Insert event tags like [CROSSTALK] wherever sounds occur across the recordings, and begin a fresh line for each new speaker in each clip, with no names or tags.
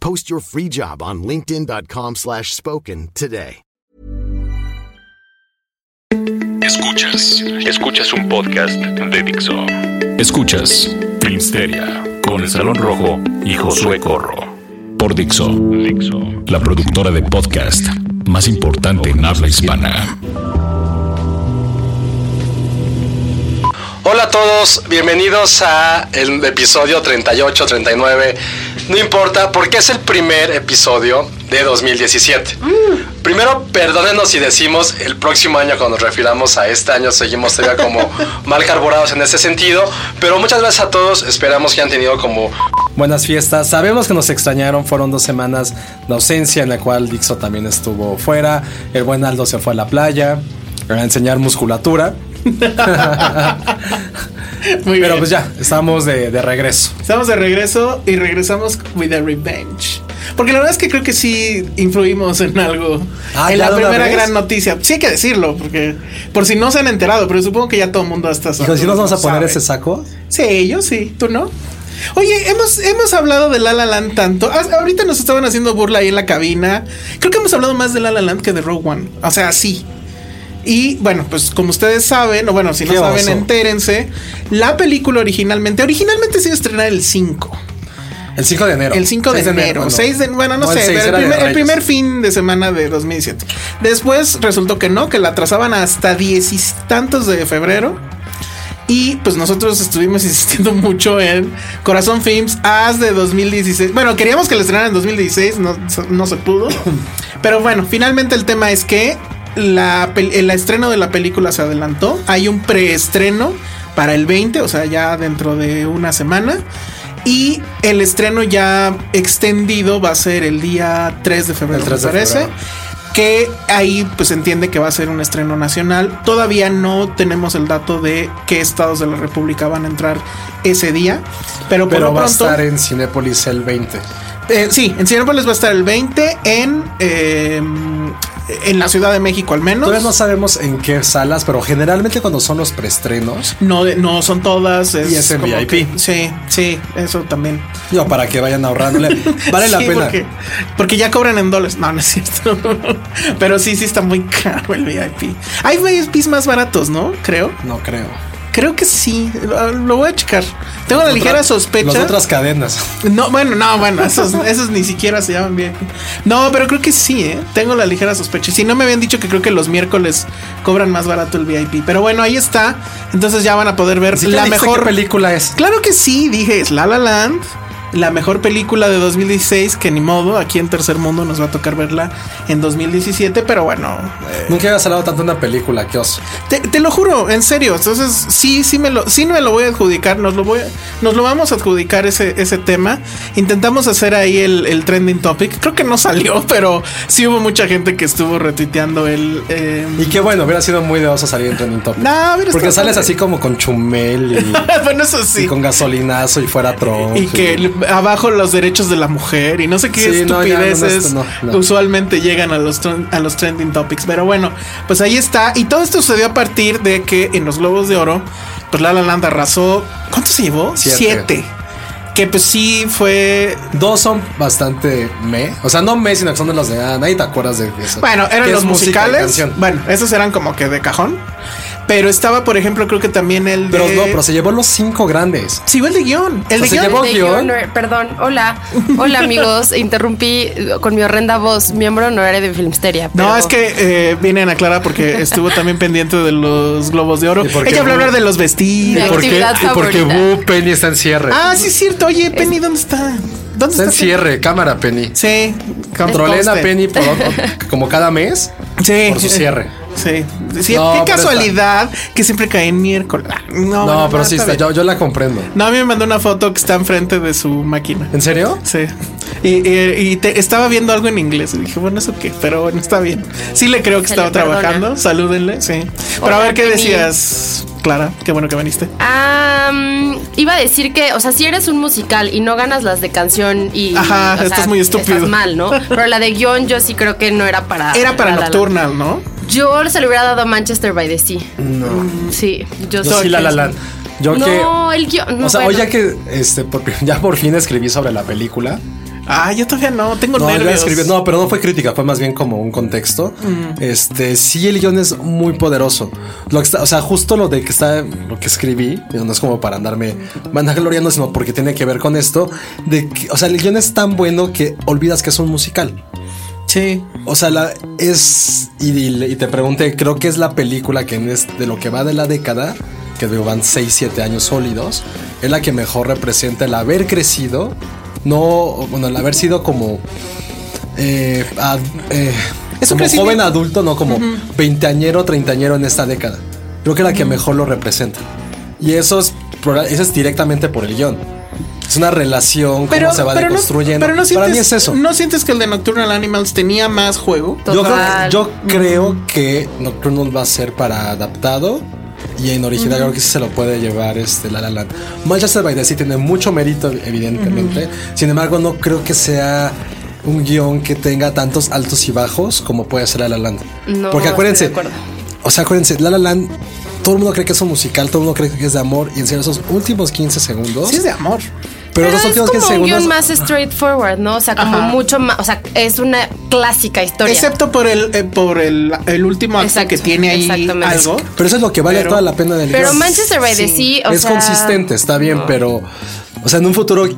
Post your free job on linkedin.com slash spoken today.
Escuchas, escuchas un podcast de Dixo. Escuchas Filmsteria con el Salón Rojo y Josué Corro. Por Dixo, Dixo, la productora de podcast más importante en habla hispana.
Hola a todos, bienvenidos a el episodio 38, 39. No importa, porque es el primer episodio de 2017. Primero, perdónenos si decimos el próximo año cuando nos refiramos a este año, seguimos todavía como mal carburados en ese sentido, pero muchas gracias a todos, esperamos que han tenido como
Buenas fiestas. Sabemos que nos extrañaron, fueron dos semanas de ausencia en la cual Dixo también estuvo fuera. El buen Aldo se fue a la playa a enseñar musculatura.
Muy
Pero
bien.
pues ya, estamos de, de regreso.
Estamos de regreso y regresamos with a revenge. Porque la verdad es que creo que sí influimos en algo.
Ah,
en
¿ya
la
de una
primera
vez?
gran noticia. Sí hay que decirlo, porque por si no se han enterado, pero supongo que ya todo el mundo hasta
Y si nos vamos a poner ese saco,
Sí, yo sí, tú no. Oye, hemos, hemos hablado de La La Land tanto. Ah, Ahorita nos estaban haciendo burla ahí en la cabina. Creo que hemos hablado más de La La Land que de Rogue One. O sea, sí. Y bueno, pues como ustedes saben, o bueno, si no
Qué
saben,
oso.
entérense. La película originalmente, originalmente se iba a estrenar el 5.
el 5 de enero.
El 5 de
Seis
enero.
bueno.
6 de, bueno, no
No, el
sé,
seis
pero
era de
el primer, el
Reyes.
primer fin de semana de 2007. Después resultó que no, que la atrasaban hasta diez y tantos de febrero. Y pues nosotros estuvimos [LAUGHS] insistiendo mucho en Corazón Films haz de 2016. Bueno, queríamos que la estrenaran en 2016, no, se- no
[COUGHS]
se pudo. Pero bueno, finalmente el tema es que la, pel- el estreno de la película se adelantó. Hay un preestreno para el 20, o sea, ya dentro de una semana. Y el estreno ya extendido va a ser el día 3 de febrero,
El 3
me
de
parece.
febrero.
Que ahí pues entiende que va a ser un estreno nacional. Todavía no tenemos el dato de qué estados de la República van a entrar ese día. Pero por
Pero
lo
va a
pronto.
estar en Cinépolis el 20.
Eh, sí, en Cinépolis va a estar el 20 en. eh, en la Ciudad de México al menos.
Todavía no sabemos en qué salas, pero generalmente cuando son los preestrenos,
No, no son todas.
Y es en
como
VIP.
que- sí, sí, eso también.
yo para que vayan
[LAUGHS]
ahorrándole, vale la
Sí,
pena.
Porque, porque ya cobran en dólares. No, no es cierto. [LAUGHS] Pero sí, sí está muy caro el VIP. Hay VIPs más baratos, ¿no? Creo.
No creo.
Creo que sí. Lo, lo voy a checar. Tengo la ligera
Otra- Las
sospecha.
otras cadenas.
No, bueno, no, bueno, esos, [LAUGHS] esos ni siquiera se llaman VIP. No, pero creo que sí, ¿eh? Tengo la ligera sospecha. Si no me habían dicho que creo que los miércoles cobran más barato el VIP. Pero bueno, ahí está. Entonces ya van a poder ver
Ni siquiera
la
dijiste
mejor
qué película es.
Claro que sí, dije, es La La Land, la mejor película de 2016, que ni modo, aquí en Tercer Mundo nos va a tocar verla en 2017, pero bueno, eh,
Nunca había hablado tanto de una película, qué oso.
te, te lo juro, en serio, entonces sí, sí me lo, sí me lo voy a adjudicar, nos lo, voy, a- nos lo vamos a adjudicar ese, ese tema. Intentamos hacer ahí el, el trending topic, creo que no salió, [LAUGHS] pero sí hubo mucha gente que estuvo retuiteando el... eh,
Y qué bueno, hubiera sido muy de oso salir en Trending Topic.
Nah, hubiera
Porque
estado
sales
padre.
así como con chumel y,
bueno, eso [LAUGHS] sí.
y con gasolinazo y fuera tronco.
Y que le- abajo los derechos de la mujer y no sé qué
Sí, no, ya, no, no,
estupideces
esto no, no.
usualmente llegan a los, tren- a los trending topics. Pero bueno, pues ahí está. Y todo esto sucedió a partir de que en los Globos de Oro, pues La La Land arrasó. ¿Cuánto se llevó?
Siete.
Que pues sí fue.
Dos son bastante me. O sea, no me, sino que son de los de... Ah, nadie te acuerdas de eso.
Bueno, eran
Que
los
es música y
musicales.
canción.
Bueno, esos eran como que de cajón. Pero estaba, por ejemplo, creo que también el de.
Pero no, pero se llevó los cinco grandes.
Sí, el de guión. El de
Pues
se
guión.
llevó-
de
guión.
guión, no- Perdón, hola. Hola, amigos. Interrumpí con mi horrenda voz, miembro honorario de Filmsteria.
No,
pero-
es que eh, viene Ana
[LAUGHS]
Clara porque estuvo también pendiente de los globos de oro.
¿Y por qué
Ella habló
no?
hablar de los
Mi
vestidos.
¿Por qué?
actividad
Y porque
favorita.
Boo Penny está en cierre.
Ah, sí, es cierto. Oye, Penny, ¿dónde está? ¿Dónde
está
está?
en cierre, cámara Penny.
Sí,
Controlen a
conste.
Penny
[LAUGHS]
por otro- como cada mes
Sí.
por su cierre.
Sí. Sí,
No, pero
qué casualidad que siempre cae en miércoles. Ah, [LAUGHS] No,
No,
bueno,
pero sí, está-
bien.
yo, yo la comprendo.
No, a mí me mandó una foto que está enfrente de su máquina.
¿En serio?
Sí. Y, y- y te- estaba viendo algo en inglés. Y dije, bueno, ¿eso qué? Pero bueno, está bien. Sí le creo que
Se
estaba
le perdona.
trabajando. Salúdenle, sí. Pero
Hola,
a ver qué
Penny.
decías, Clara. Qué bueno que viniste.
Ah, mm, iba a decir que, o sea, si eres un musical y no ganas las de canción y.
Ajá,
o sea,
estás muy estúpido.
Estás mal, ¿no? Pero la de guión yo sí creo que no era para.
Era para
Ah, La La Land.
Nocturnal, ¿no?
Yo se lo hubiera dado a Manchester by the Sea. No. Sí, yo,
Yo sí, la la Land. Yo
no,
que.
el guión. No,
o sea,
bueno.
hoy ya que este, por- [LAUGHS] ya por fin escribí sobre la película.
Ah, yo todavía no. Tengo
No, yo
nervios. Mm.
escribí- no, pero no fue crítica, fue más bien como un contexto. Este, sí, el guión es muy poderoso. Lo que está- o sea, justo lo de que está, lo que escribí, digo, no es como para andarme vanagloriando, sino porque tiene que ver con esto. De que- o sea, el guión es tan bueno que olvidas que es un musical.
Sí.
O sea, la, es. Y, y- y te pregunté, creo que es la película que en es- de lo que va de la década, que digo, van 6, 7 años sólidos, es la que mejor representa el haber crecido, no. Bueno, el haber sido como. eh, ad- eh,
Es
como
un crecimiento.
joven adulto, no como veinteañero, treintañero en esta década. Creo que es la que mejor lo representa. Y eso es, proba- eso es directamente por el guión. Es una relación, cómo se va
no-
deconstruyendo.
pero no
Para mí
sientes-
es eso.
¿No sientes que el de Nocturnal Animals tenía más juego?
Yo creo, que,
Total.
yo creo que Nocturnal va a ser para adaptado y en original creo que sí se lo puede llevar este La La Land. Manchester by the Sea tiene mucho mérito evidentemente, sin embargo no creo que sea un guión que tenga tantos altos y bajos como puede ser La La Land.
No,
Porque acuérdense,
estoy de acuerdo.
o sea, acuérdense, La La Land todo el mundo cree que es un musical, todo el mundo cree que es de amor y en serio esos últimos 15 segundos,
Sí, es de amor.
pero,
Pero
esos
es
últimos
como
15
un
segundos
guión más straightforward, ¿no? O sea, como
Ajá.
mucho más. O sea, es una clásica historia.
Excepto por el, eh, por el, el último acto
Exacto,
que tiene ahí
exactamente.
algo.
Pero eso es lo que vale
Pero-
toda la pena del
pero
guión.
Manchester by the
Sí,
Sea. O
es
sea,
consistente, está bien, pero. O sea, en un futuro,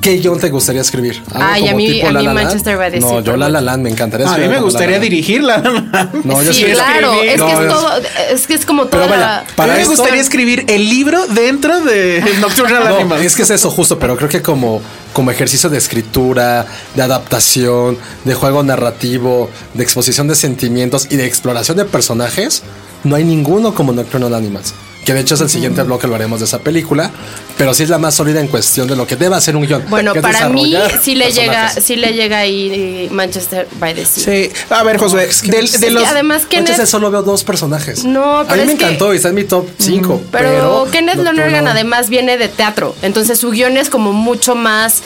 ¿qué guión te gustaría escribir? ¿Algo
Ay, a mí- a mí
Land?
Manchester by the
No,
Sea,
yo
por
La La
mucho.
Land me encantaría
A mí
escribir
me
como La
gustaría
La Land.
dirigirla. [LAUGHS]
No, yo
sí,
escribí-
claro. Es
No,
que es
es-
todo. Es que es como toda
Pero vaya,
la.
para
a mí me
esto-
gustaría escribir el libro dentro de [LAUGHS]
[LAUGHS]
Nocturnal
No,
Animals.
es que es eso justo, pero creo que como, como ejercicio de escritura, de adaptación, de juego narrativo, de exposición de sentimientos y de exploración de personajes, no hay ninguno como Nocturnal Animals. Que de hecho es el siguiente bloque, lo haremos de esa película, pero sí es la más sólida en cuestión de lo que debe hacer un guión.
Bueno,
que es
para mí
desarrollar
sí le llega,
personajes.
sí le llega ahí eh, Manchester by the Sea.
Sí. A ver, Josué, del- de,
es que
los.
además Kenneth-
Manchester solo veo dos personajes.
No,
A
pero
mí
es
me
que-
encantó y está en mi top 5.
Pero,
pero
Kenneth
no,
Lonergan
no.
además viene de teatro, entonces su guión es como mucho más,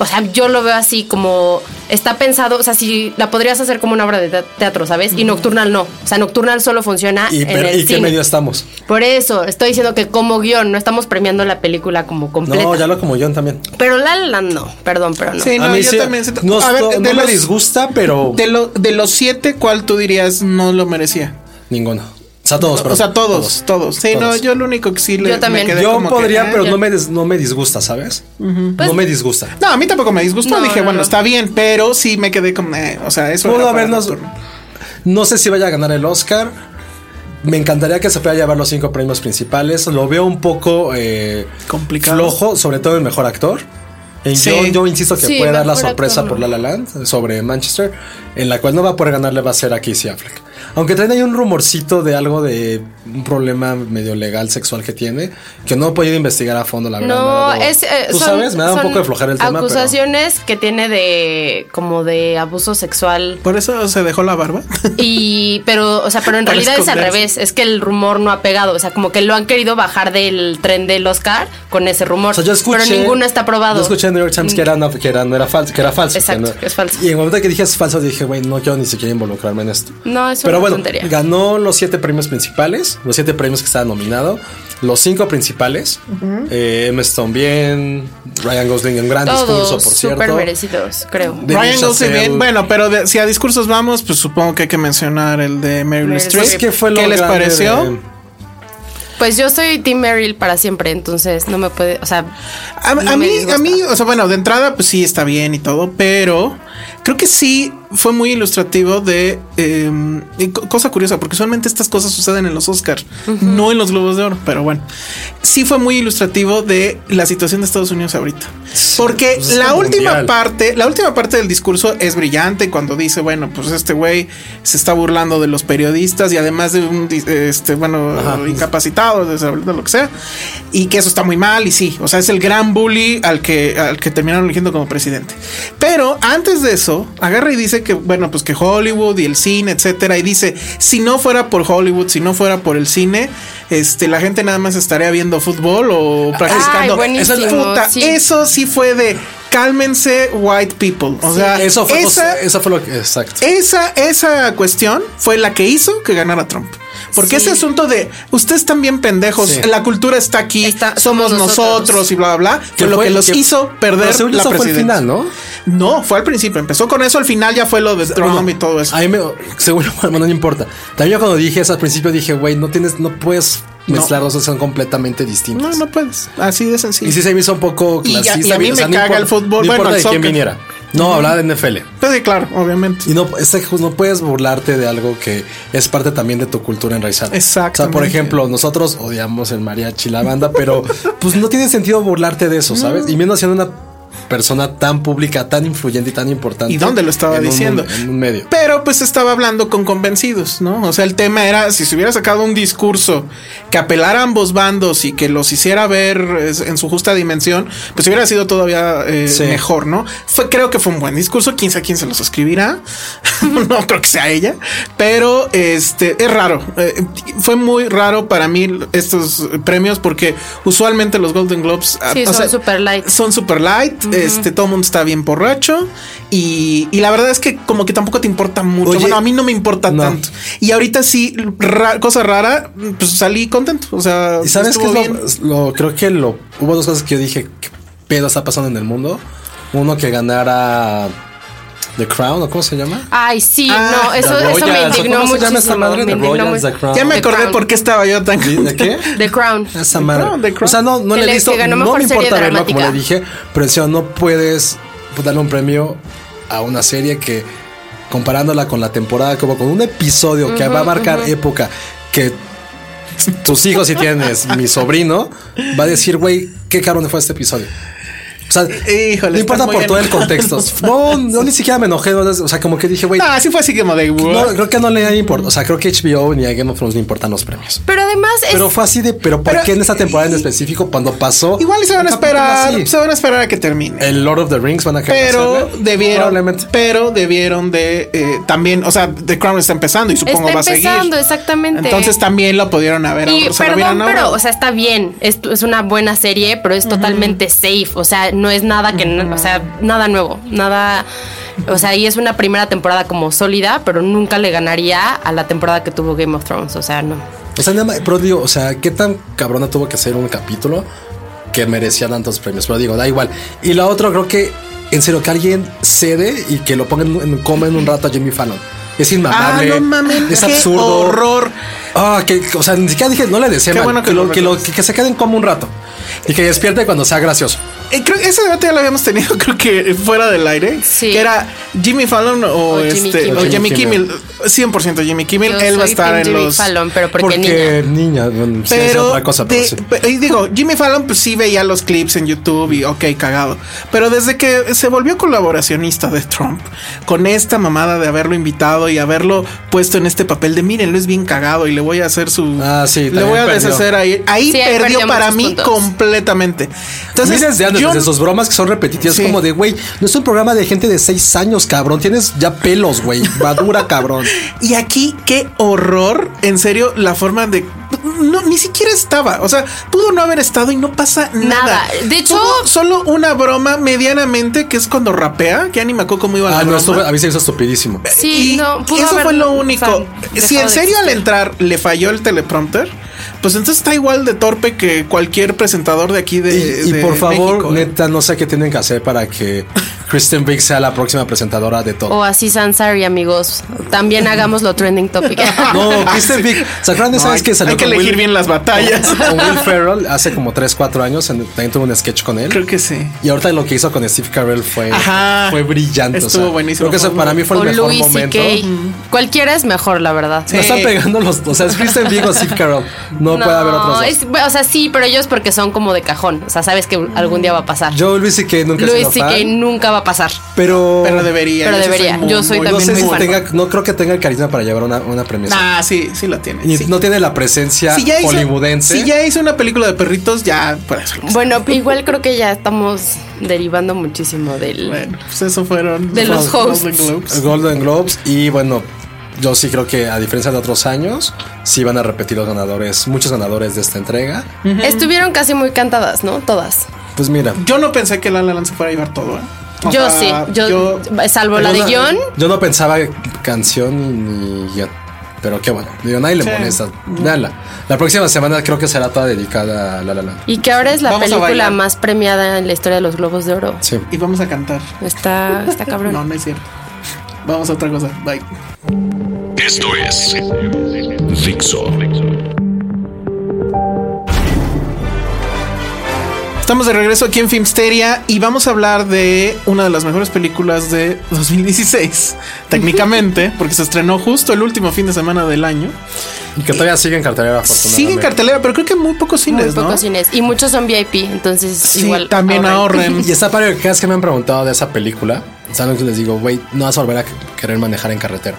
o sea, yo lo veo así como está pensado, o sea, si la podrías hacer como una obra de te- teatro, ¿sabes? Y Nocturnal no, o sea, Nocturnal solo funciona
Y,
en
pero-
el
¿y qué
cine.
medio estamos?
Por eso estoy diciendo que como guión no estamos premiando la película como completa.
No, ya lo como yo también.
Pero La La Land no, perdón, pero no.
Sí, Eh, no,
a mí
yo
sí,
también. siento-
no,
a ver,
esto-
de,
no me
los,
disgusta, pero
de, lo- de los siete, ¿cuál tú dirías no lo merecía?
ninguno. O sea, todos,
o sea,
perdón.
todos, todos. Sí,
Todos.
no, yo lo único que sí le.
Yo también.
me quedé
Yo
como que,
podría,
ah,
pero
ya.
no me, des- no me disgusta, ¿sabes?
Pues,
no me disgusta.
No, a mí tampoco me disgustó.
No,
Dije,
no,
bueno,
no.
está bien, pero sí me quedé como. eh, o sea, eso.
Pudo
era para
habernos-
Nocturnal.
No sé si vaya a ganar el Oscar. Me encantaría que se pueda llevar los cinco premios principales. Lo veo un poco eh,
Complicado.
flojo, sobre todo el mejor actor. En
Sí.
guión, yo insisto que
Sí,
puede dar la
mejor
sorpresa
actor,
por
no.
La La Land sobre Manchester, en la cual no va a poder ganarle, va a ser a Casey Affleck. Aunque traen ahí un rumorcito de algo de un problema medio legal sexual que tiene, que no he podido investigar a fondo, la verdad.
No,
me ha dado-
es. eh,
Tú
son-
sabes, me da un
son
poco de flojera el tema. pero-
Acusaciones que tiene de. como de abuso sexual.
Por eso se dejó la barba. [LAUGHS]
Y, pero, o sea,
[LAUGHS]
pero en
Para
realidad es al
esconderse.
revés. Es que el rumor no ha pegado. O sea, como que lo han querido bajar del tren del Oscar con ese rumor.
O sea, yo escuché-
pero ninguno está probado.
Yo escuché en New York Times que era, no, que era, no era falso, que era falso.
Exacto,
que no-
que es falso.
Y en el momento que dije es falso, dije, güey, no quiero ni siquiera involucrarme en esto.
No, es
Pero
una
bueno,
tontería.
ganó los siete premios principales, los siete premios que estaba nominado, los cinco principales. eh, Emma Stone bien, Ryan Gosling en gran discurso,
Todos
por
súper
cierto.
merecidos, creo.
David
Ryan Gosling,
Chazelle.
bien. Bueno, pero de- si a discursos vamos, pues supongo que hay que mencionar el de Meryl
Meryl
Streep.
Pues, ¿qué fue lo
les
grande
pareció?
de-
Pues yo soy Tim Merrill para siempre, entonces no me puede, o sea,
A,
no
a
me
mí,
disgusta.
a mí, o sea, bueno, de entrada, pues sí está bien y todo, pero creo que sí fue muy ilustrativo de eh, y co- cosa curiosa, porque usualmente estas cosas suceden en los Oscars, no en los Globos de Oro, pero bueno, sí fue muy ilustrativo de la situación de Estados Unidos ahorita, porque
pues es
la
el
última
mundial.
parte, la última parte del discurso es brillante cuando dice, bueno, pues este güey se está burlando de los periodistas y además de un, di- este, bueno, incapacitado, deshabilitado, lo que sea, y que eso está muy mal y sí, o sea, es el gran bully al que, al que terminaron eligiendo como presidente. Pero antes de eso, agarra y dice que, bueno, pues que Hollywood y el cine, etcétera, y dice, si no fuera por Hollywood, si no fuera por el cine, este, la gente nada más estaría viendo fútbol o practicando.
buenísimo,
Esa es la- Puta,
sí.
eso sí fue de cálmense white people. O sea,
Eso fue,
esa,
eso fue lo que. Exacto.
esa, esa cuestión fue la que hizo que ganara Trump. Porque ese asunto de ustedes están bien pendejos,
Sí.
la cultura está aquí,
Está-
somos,
somos
nosotros.
nosotros
y bla, bla, bla, fue lo
fue-
que los
que-
hizo perder
Pero según yo,
la
eso fue el
presidencia.
final, ¿no?
No, fue al principio, empezó con eso, al final ya fue lo de Trump
Bueno,
y todo eso.
A mí me, seguro, [LAUGHS] bueno, no importa. También yo cuando dije eso al principio dije, güey, no tienes, no puedes
No.
mezclar dos, son completamente
No,
distintas.
no puedes, así de
Y
sencillo.
sí se me hizo un poco
Y ya-
clasista.
y a mí
o sea,
me
no
caga el
importa-
fútbol,
No
bueno,
importa
el
de quién
soccer.
viniera. No, hablaba de NFL.
Pues sí, claro, obviamente.
Y no, es que no puedes burlarte de algo que es parte también de tu cultura enraizada.
Exactamente.
O sea, por ejemplo, nosotros odiamos el mariachi, la banda, pero pues no tiene sentido burlarte de eso, ¿sabes? Y menos siendo una persona tan pública, tan influyente y tan importante.
¿Y dónde lo estaba
en un-
diciendo?
en un medio.
Pero pues estaba hablando con convencidos, ¿no? O sea, el tema era si se hubiera sacado un discurso que apelara a ambos bandos y que los hiciera ver es, en su justa dimensión, pues hubiera sido todavía eh,
Sí.
mejor, ¿no? Fue, creo que fue un buen discurso. Quién sabe quién se los escribirá. [LAUGHS] no creo que sea ella, pero este es raro. Eh, fue muy raro para mí estos premios porque usualmente los Golden Globes ah,
Sí,
o
son
sea,
super light.
son super light, este, todo el mundo está bien borracho y, y la verdad es que como que tampoco te importa mucho.
Oye,
bueno, a mí no me importa
no.
tanto. Y ahorita sí, ra- cosa rara, pues salí contento. O sea,
¿Y sabes qué
estuvo
es
bien.
lo- es lo, Creo que lo, hubo dos cosas que yo dije, ¿qué pedo está pasando en el mundo? Uno que ganara The Crown, ¿o cómo se llama?
Ay, sí,
Ah,
no, eso,
The
eso me
Royals, ¿o
indignó
cómo se llama esa
muchísimo.
madre?
me
The
indignó
Royals,
muy-
The Crown.
Ya me
The
acordé
Crown.
por qué estaba yo tan
¿De
contento.
qué?
[LAUGHS] The Crown.
Esa madre.
Crown, The Crown.
O sea, no, no
Que
le he
le-
visto.
que ganó
no
mejor
me
serie
importa verlo, como
dramática.
le dije. Pero en serio, no puedes darle un premio a una serie que, comparándola con la temporada, como con un episodio que va a marcar época, que tus hijos, si tienes, mi sobrino, va a decir, güey, qué caro fue este episodio. O sea, [LAUGHS]
Híjole,
no importa
están muy
por todo el
enojados
contexto. [LAUGHS]
[LAUGHS] los fans.
No, no, ni siquiera me enojé. no, O sea, como que dije,
[LAUGHS]
güey,
Ah, sí fue así que de
no, creo que no le importa. O sea, creo que HBO ni a Game of Thrones le importan los premios.
Pero además es
Pero fue así de, pero ¿por
Pero-
qué en esta temporada en específico cuando pasó?
Igual y se van a
un capítulo
esperar,
así?
se van a esperar a que termine.
El Lord of the Rings van a querer
pero
hacerle.
debieron,
Probablemente.
pero debieron de eh, también, o sea, The Crown está empezando y supongo
Está
va a seguir.
empezando, exactamente.
Entonces también lo pudieron haber
Y
ahor- se lo hubieran
perdón, pero,
ahorrado.
o sea, está bien. Es, es una buena serie, pero es totalmente safe. O sea, no es nada que. no- O sea, nada nuevo. Nada. O sea, y es una primera temporada como sólida, pero nunca le ganaría a la temporada que tuvo Game of Thrones. O sea, no.
O sea, nada más, pero digo, o sea, ¿qué tan cabrona tuvo que ser un capítulo que merecía tantos premios? Pero digo, da igual. Y la otra, creo que, en serio, que alguien cede y que lo pongan en coma en un rato a Jimmy Fallon. Es inmamable.
Ah, no mames,
es
qué
absurdo.
horror.
Ah, que, o sea, ni siquiera dije, no le deseo.
Qué
mal,
bueno que
que,
lo
lo- que, lo-
reconoces.
que se queden como un rato. Y que despierte cuando sea gracioso.
Eh, creo que ese debate ya lo habíamos tenido, [LAUGHS] creo que eh, fuera del aire.
Sí.
Que era Jimmy Fallon o,
O Jimmy
este,
Kimmel.
o Jimmy,
Jimmy
Kimmel. 100% Jimmy Kimmel.
Yo
Él va a
soy
estar
Team
en
Jimmy
los.
Fallon, pero porque, niña.
niña, bueno, Mm, sí, es
Pero,
otra cosa, pero
de-
sí.
pe- y digo, Jimmy Fallon pues sí veía los clips en YouTube y ok, cagado. Pero desde que se volvió colaboracionista de Trump, con esta mamada de haberlo invitado y haberlo puesto en este papel de mírenlo, es bien cagado y le voy a hacer su...
Ah, sí,
le
también
voy a
perdió.
deshacer ahí. Ahí
Sí, ahí
perdió,
perdió
para
muchos
mí
puntos.
completamente. Entonces,
Miles de antes,
yo-
desde sus bromas que son repetitivas,
Sí.
como de, güey, no es un programa de gente de seis años, cabrón. Tienes ya pelos, güey. Madura,
[LAUGHS]
cabrón.
Y aquí, qué horror, en serio, la forma de... No, ni siquiera estaba. O sea, pudo no haber estado y no pasa nada.
Nada. De hecho-
Hubo solo una broma medianamente, que es cuando rapea, que ya ni me acuerdo cómo iba
Ah,
la
no,
broma. Eh,
esto, a mí se hizo estupidísimo.
Sí,
Y
no. pudo
eso
haber-
fue lo
o sea,
único. si en
dejado de
serio al
existir.
entrar le falló el teleprompter, pues entonces está igual de torpe que cualquier presentador de aquí de.
Y, y
de
por favor,
México, ¿eh?
neta, no sé qué tienen que hacer para que Kristen Wiig sea la próxima presentadora de todo.
O así Sansari, amigos. También hagámoslo trending
[LAUGHS]
topic.
[LAUGHS]
No, Kristen Wiig. ¿Se acuerdan de esa
Oh, ¿eh? No,
vez
hay-
que salió
hay que
con
elegir
Will-
bien
[LAUGHS]
las batallas.
con Will Ferrell hace como 3, 4 años? en- también tuvo un sketch con él.
Creo que sí.
Y ahorita lo que hizo con Steve Carell fue,
Ajá.
fue brillante. o sea,
Estuvo buenísimo.
Creo que eso para mí fue el
o
mejor
Louis
momento.
C.K. Cualquiera es mejor, la verdad.
No están pegando los dos. O sea, es Kristen Wiig o Steve Carell. No, puede haber otros dos.
es- o sea, sí, pero ellos porque son como de cajón. O sea, sabes que algún día va a pasar.
Yo, Luis y que nunca he
Luis
sido
y que
fan,
nunca va a pasar.
pero,
Pero debería.
Pero
yo sí
debería,
muy,
yo soy
muy-
no
también
sé
muy
si
fan.
tenga, no creo que tenga el carisma para llevar una, una premisa.
Nah, Ah, sí, sí lo tiene.
Ni-
sí.
No tiene la presencia
si ya hizo,
hollywoodense.
Si ya hizo una película de perritos, ya por eso.
Bueno, igual creo que ya estamos derivando muchísimo del.
Bueno, pues eso fueron
De los hosts.
Golden Globes.
Golden Globes y bueno, yo sí creo que a diferencia de otros años, sí van a repetir los ganadores, muchos ganadores de esta entrega.
Mm.
Estuvieron casi muy cantadas, ¿no? Todas.
Pues mira,
Yo no pensé que La La Land se fuera a llevar todo, ¿eh? O
yo
sea,
sí. Yo, salvo la de
no-
guión.
Yo no pensaba canción ni, ni guión. Pero qué bueno, digo, nadie le
Sí.
molesta. Veanla. La próxima semana creo que será toda dedicada a La La Land.
Y que ahora es la
Vamos a
película
bailar.
más premiada en la historia de los Globos de Oro.
Sí.
Y vamos a cantar.
Está, está cabrón.
No, no es cierto. Vamos a otra cosa. Bye.
Esto es Dixo.
Estamos de regreso aquí en Filmsteria y vamos a hablar de una de las mejores películas de
[LAUGHS]
2016, técnicamente, porque se estrenó justo el último fin de semana del año.
Y que todavía sigue en cartelera, afortunadamente.
Sigue en cartelera, pero creo que muy pocos
Muy
cines,
pocos
¿no?
cines. Y muchos son VIP, entonces
Sí,
igual.
[LAUGHS]
también
[LAUGHS]
ahorren.
Y está padre que cada vez que me han preguntado de esa película, saben que les digo, güey, no vas a volver a querer manejar en carretera.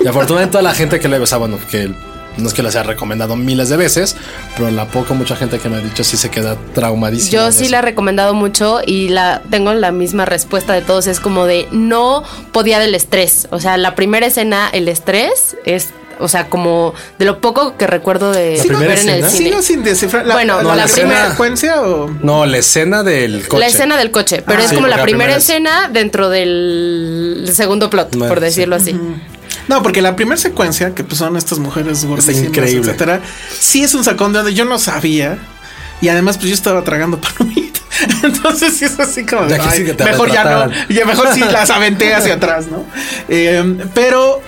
Y afortunadamente toda la gente que le o sea, bueno, que no es que les haya recomendado miles de veces, pero la poca mucha gente que me ha dicho sí se queda traumadísima.
Yo
en
sí
eso.
la he recomendado mucho y la tengo la misma respuesta de todos. Es como de no podía del estrés. O sea, la primera escena, el estrés, es, o sea, como de lo poco que recuerdo de
¿La primera
ver en el
escena?
cine.
Sigo sin descifrar. La,
Bueno,
bueno,
no,
la,
la
primera
escena-
secuencia o.
No, la escena del coche.
La escena del coche, pero
Ah,
es
sí,
como la
porque la
primera,
primera es-
escena dentro del segundo plot,
Bueno,
por
sí.
decirlo así.
No, porque la primera secuencia, que pues son estas mujeres gordísimas,
increíble.
etcétera, sí es un sacón de donde yo no sabía. Y además, pues yo estaba tragando [LAUGHS] palomitas. Entonces, sí es así como de,
Ya que
"Ay,
sí que te
mejor ya no.
retrataran".
Ya mejor sí las aventé
[LAUGHS]
hacia atrás, ¿no? Eh, pero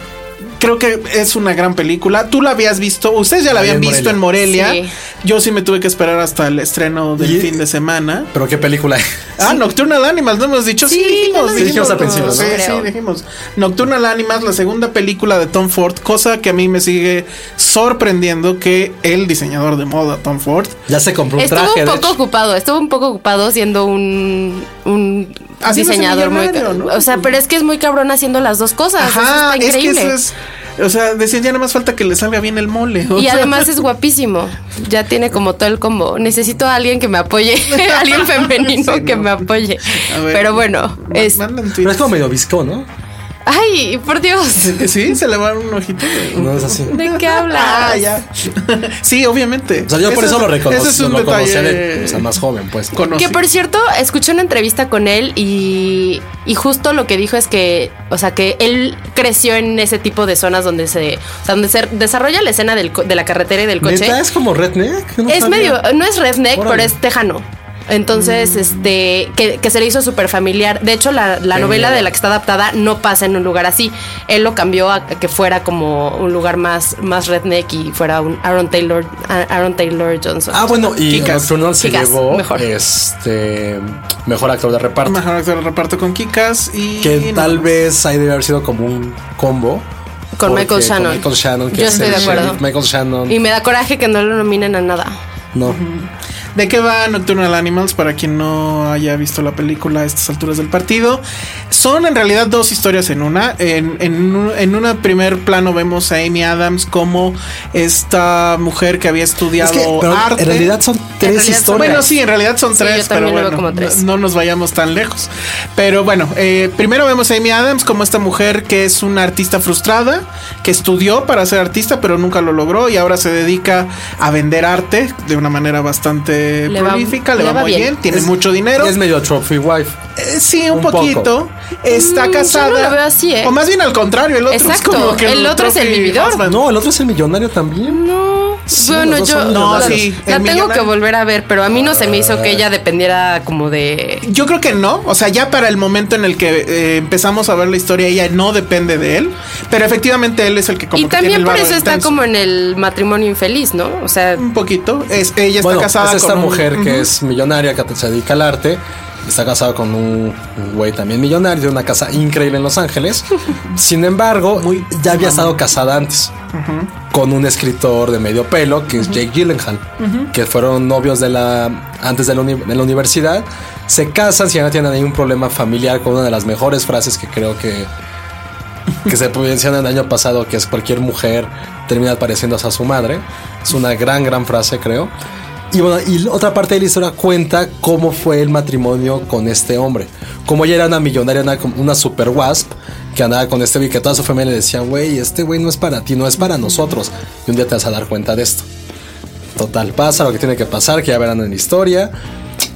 creo que es una gran película. Tú la habías visto, ustedes ya la
Ahí
habían
en
visto en Morelia.
Sí.
Yo sí me tuve que esperar hasta el estreno del
Y-
fin de semana.
Pero qué película es.
Ah, Nocturnal Animals, no hemos dicho. Sí,
Sí, ya lo
dijimos,
dijimos
al principio, ¿no?
Sí, sí,
creo.
dijimos. Nocturnal Animals, la segunda película de Tom Ford, cosa que a mí me sigue sorprendiendo que el diseñador de moda, Tom Ford,
Ya se compró un
Estuvo
traje.
un
de
poco
hecho.
ocupado, estuvo un poco ocupado siendo un, un
Así no se
diseñador muy...
millonario,
ca-
¿no?
O sea, pero es que es muy cabrón haciendo las dos cosas. Ah, eso está
es que
increíble.
eso es. O sea, decían ya nada más falta que le salga bien el mole. o
Y
sea.
además es guapísimo. Ya tiene como todo el combo. Necesito a alguien que
[LAUGHS]
me apoye. [LAUGHS] alguien femenino
Sí, no.
que me apoye.
A ver,
Pero bueno,
ma- [LAUGHS]
es.
manda en
Pero
Twitter.
es como medio visco, ¿no?
Ay, por Dios.
[LAUGHS] Sí, se le va a dar un ojito. de-
No es así.
¿De qué
[LAUGHS]
hablas?
Ah, ya. [LAUGHS] sí, obviamente.
O sea, yo por
Ese
eso
es-
lo reconozco.
Ese es un
lo
detalle.
conocía de, o sea, más joven, pues.
conocido.
Que por cierto, escuché una entrevista con él y, y justo lo que dijo es que, o sea, que él creció en ese tipo de zonas donde se, o sea, donde se desarrolla la escena del co- de la carretera y del coche.
¿Neta es como redneck? No
es
sabía.
medio, no es redneck,
Órale. Mm.
pero es tejano. Entonces, este, que, que se le hizo súper familiar. De hecho, la, la
Qué
novela
miedo.
de la que está adaptada no pasa en un lugar así. Él lo cambió a que fuera como un lugar más, más redneck y fuera un Aaron Taylor, Aaron Taylor Johnson.
Ah, bueno, y
Kikas.
Nocturnal se
Kikas,
llevó
mejor.
este mejor actor de reparto.
Mejor actor de reparto con Kikas y.
Que
no
tal
más.
vez ahí debe haber sido como un combo.
Con
porque-
Michael Shannon.
Michael Shannon, que
Yo
es
estoy
el
de acuerdo.
sheriff Michael Shannon.
Y me da coraje que no lo nominen a nada.
no.
¿De qué va Nocturnal Animals? Para quien no haya visto la película a estas alturas del partido. Son en realidad dos historias en una. En, en, un- en una primer plano vemos a Amy Adams como esta mujer que había estudiado
Es que, pero
arte.
en realidad son tres
realidad son-
historias.
Bueno, sí, en realidad son
Sí,
tres,
yo también
pero
lo veo
bueno,
como tres.
No, no nos vayamos tan lejos. Pero bueno, eh, primero vemos a Amy Adams como esta mujer que es una artista frustrada, que estudió para ser artista, pero nunca lo logró y ahora se dedica a vender arte de una manera bastante
Le va-
prolífica, le
le
va,
va
muy
bien.
bien, tiene mucho dinero.
Es medio trophy wife.
Eh, sí, un,
Un poco.
poquito. Está
Mm, yo
casada.
no la veo así, ¿eh?
O más bien al contrario, el otro
Exacto,
es como que
el otro es el
trophy
vividor.
husband.
No, el otro es el millonario también.
No.
Sí,
bueno,
los dos
yo
son
No,
la-
sí,
la
el
tengo que
millonario-
volver a ver, pero a mí no se me hizo que ella dependiera como de
Yo creo que no, o sea, ya para el momento en el que eh, empezamos a ver la historia, ella no depende de él, pero efectivamente él es el que como
y
que tiene
también
el
por
varo
eso está
intenso.
como en el matrimonio infeliz, ¿no? O sea,
un poquito. Es, ella está
bueno,
casada
es esta
con un-
mujer que
Ujú.
es millonaria, que se dedica al arte. Está casada con un un güey también millonario, de una casa increíble en Los
[LAUGHS]
Ángeles. Sin embargo, ya había estado casada antes con un escritor de medio pelo que es Jake Gyllenhaal, que fueron novios de la antes de la, uni- de la universidad. Se casan, si ya no tienen ningún problema familiar, con una de las mejores frases que creo que que se menciona el año pasado, que es cualquier mujer termina pareciéndose a su madre. Es una gran, gran frase, creo. Y bueno, y otra parte de la historia cuenta cómo fue el matrimonio con este hombre. Como ella era una millonaria, una, una super wasp, que andaba con este güey, que toda su familia le decían, güey, este güey no es para ti, no es para nosotros. Y un día te vas a dar cuenta de esto. Total, pasa lo que tiene que pasar, que ya verán en la historia.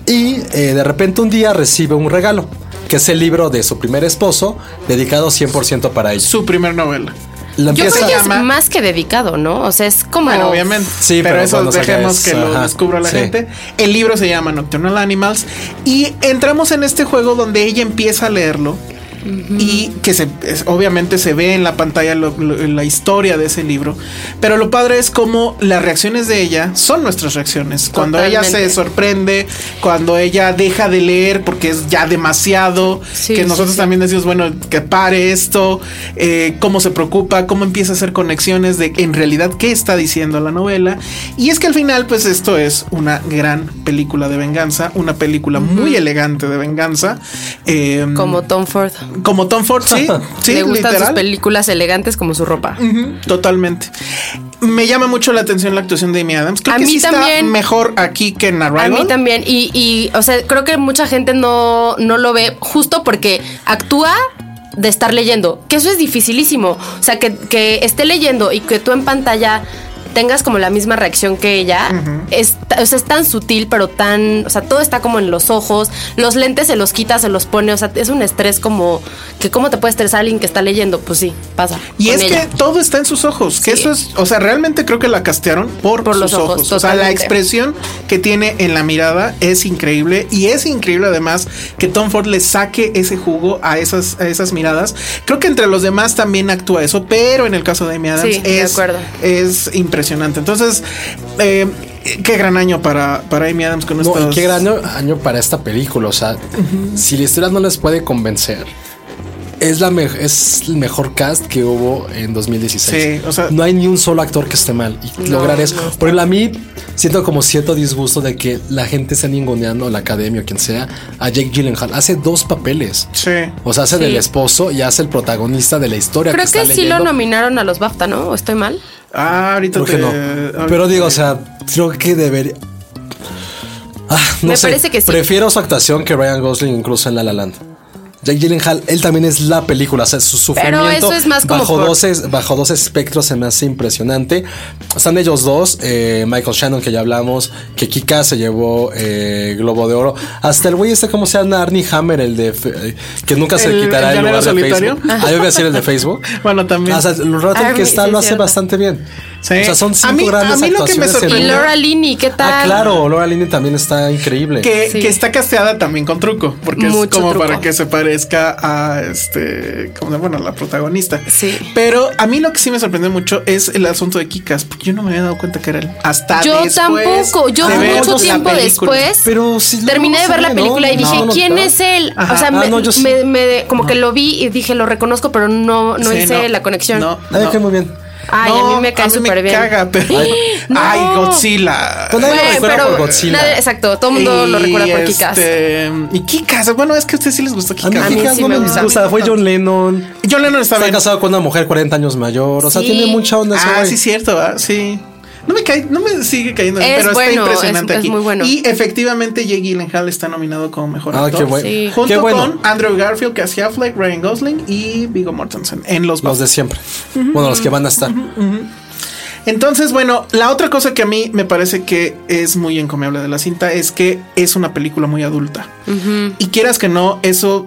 Y eh, de repente un día recibe un regalo, que es el libro de su primer esposo, dedicado 100% para ella.
su primer novela.
La
yo
empieza
creo que es
llama-
más que dedicado, ¿no? O sea, es como
Bueno, obviamente.
Sí,
pero,
pero
eso
cuando saca
dejemos
eso,
que lo
ajá,
descubra la
sí.
gente. El libro se llama Nocturnal Animals y entramos en este juego donde ella empieza a leerlo y que se es- obviamente se ve en la pantalla lo- lo- la historia de ese libro. Pero lo padre es como las reacciones de ella son nuestras reacciones. Cuando ella se
Totalmente.
sorprende, cuando ella deja de leer porque es ya demasiado,
Sí,
que
sí,
nosotros
sí.
también también decimos, bueno, que pare esto, eh, cómo se preocupa, cómo empieza a hacer conexiones de en realidad qué está diciendo la novela. Y es que al final, pues esto es una gran película de venganza, una película muy elegante de venganza. eh,
como Tom Ford.
como Tom Ford, sí, sí,
[LAUGHS] Le gustan sus
literal.
películas elegantes como su ropa.
Ujú, Totalmente. Me llama mucho la atención la actuación de Amy Adams. Creo
A
que
mí
sí está
también.
mejor aquí que en
A
Arrival.
mí también. Y, y, o sea, creo que mucha gente no, no lo ve justo porque actúa de estar leyendo, que eso es dificilísimo. O sea, que, que esté leyendo y que tú en pantalla tengas como la misma reacción que ella, es, ta- o sea, es tan sutil, pero tan, o sea, todo está como en los ojos, los lentes se los quita, se los pone, o sea, es un estrés como, que cómo te puede estresar alguien que está leyendo, pues sí, pasa.
Y
con
es
ella.
que todo está en sus ojos, que
Sí.
eso es, o sea, realmente creo que la castearon por,
Por
sus
los
ojos.
ojos,
O sea, la
totalmente.
expresión que tiene en la mirada es increíble y es increíble además que Tom Ford le saque ese jugo a esas, a esas miradas. Creo que entre los demás también actúa eso, pero en el caso de Amy Adams
Sí, de
es,
acuerdo.
es impresionante. Entonces, eh, qué gran año para, para Amy Adams con
No,
estos-
y qué gran año, año para esta película. O sea, si la historia no les puede convencer, es, la me- es el mejor cast que hubo en 2016.
Sí, o sea-
no hay ni un solo actor que esté mal. Y lograr eso. Por ejemplo, a mí siento como cierto disgusto de que la gente esté ninguneando, la academia o quien sea, a Jake Gyllenhaal. Hace dos papeles.
Sí.
O sea, hace
Sí.
del esposo y hace el protagonista de la historia.
Creo
que,
que,
está
sí lo
leyendo.
nominaron a los BAFTA, ¿no? ¿O estoy mal?
Ah, ahorita
Creo que
te-
no.
ahorita
Pero digo,
te-
o sea, creo que debería. Ah, no
Me
sé.
parece que sí.
Prefiero su actuación que Ryan Gosling incluso en La La Land. Jake Gyllenhaal, él también es la película, o sea, su sufrimiento
eso es más como
bajo,
por-
dos, es- bajo dos espectros se me hace impresionante. Están ellos dos, eh, Michael Shannon que ya hablamos, que Kika se llevó eh, Globo de Oro, hasta el güey este, ¿cómo se llama? Arnie Hammer, el de... fe- eh, que nunca se
¿El-
le quitará
el
el, lugar
llanero
de
solitario?
Facebook. Ah, yo iba a decir el de Facebook.
[LAUGHS] Bueno, también.
O sea, el rato en
Arnie,
que está
Ah, sí,
lo hace
cierto.
bastante bien.
Sí.
O sea, son
A
cinco
mí-
grandes
a mí lo que me
actuaciones en
Y
sorprendió-
una.
Laura Linney, ¿qué tal?
Ah, claro, Laura Linney también está increíble.
Que,
Sí.
que está casteada también con truco, porque es
Mucho
como
truco.
para que se parezca a este, como de- bueno, a la protagonista.
Sí.
Pero a mí lo que sí me sorprendió mucho es el asunto de Kikas, porque yo no me había dado cuenta que era él. Hasta
Yo
después
tampoco, yo
de ver
mucho
la
tiempo
película.
después
Pero si lo
terminé de
vamos a
ver la
ver, ¿no?
película y
No,
dije,
no,
¿quién
claro.
es él?
Ajá.
O sea,
Ah,
me,
no, yo sí.
me- me- como que lo vi y dije, lo reconozco, pero no, no
Sí,
hice
no,
la conexión.
no.
Ay, qué muy bien.
Ay, a mí me cae súper bien.
caga, pero.
No.
[GASPS] Ay, Godzilla.
Pues nadie lo
Bueno,
recuerda por Godzilla.
nadie- exacto, todo el mundo lo
Y,
recuerda por Kikas.
este, Y Kikas, bueno, es que a ustedes sí les gustó
A
Kikas.
mí,
A mí
Kikas
sí
no
me
me
gusta.
gusta. O sea, fue John Lennon.
John Lennon está,
Está
bien.
casado con una mujer 40 años mayor. O sea,
Sí.
tiene mucha onda. ese
Ah,
güey.
sí, cierto, ¿verdad? sí. No me cae, no me sigue cayendo, bien,
Es
pero
bueno,
está impresionante
es- es
aquí.
muy bueno.
Y efectivamente Jake Gyllenhaal está nominado como mejor
Ah,
actor.
qué bueno.
Sí.
Junto
Qué bueno.
con Andrew Garfield, Cassie Affleck, Ryan Gosling y Viggo Mortensen en los,
Los de siempre. Bueno, los que van a estar.
Entonces, bueno, la otra cosa que a mí me parece que es muy encomiable de la cinta es que es una película muy adulta. Y quieras que no, eso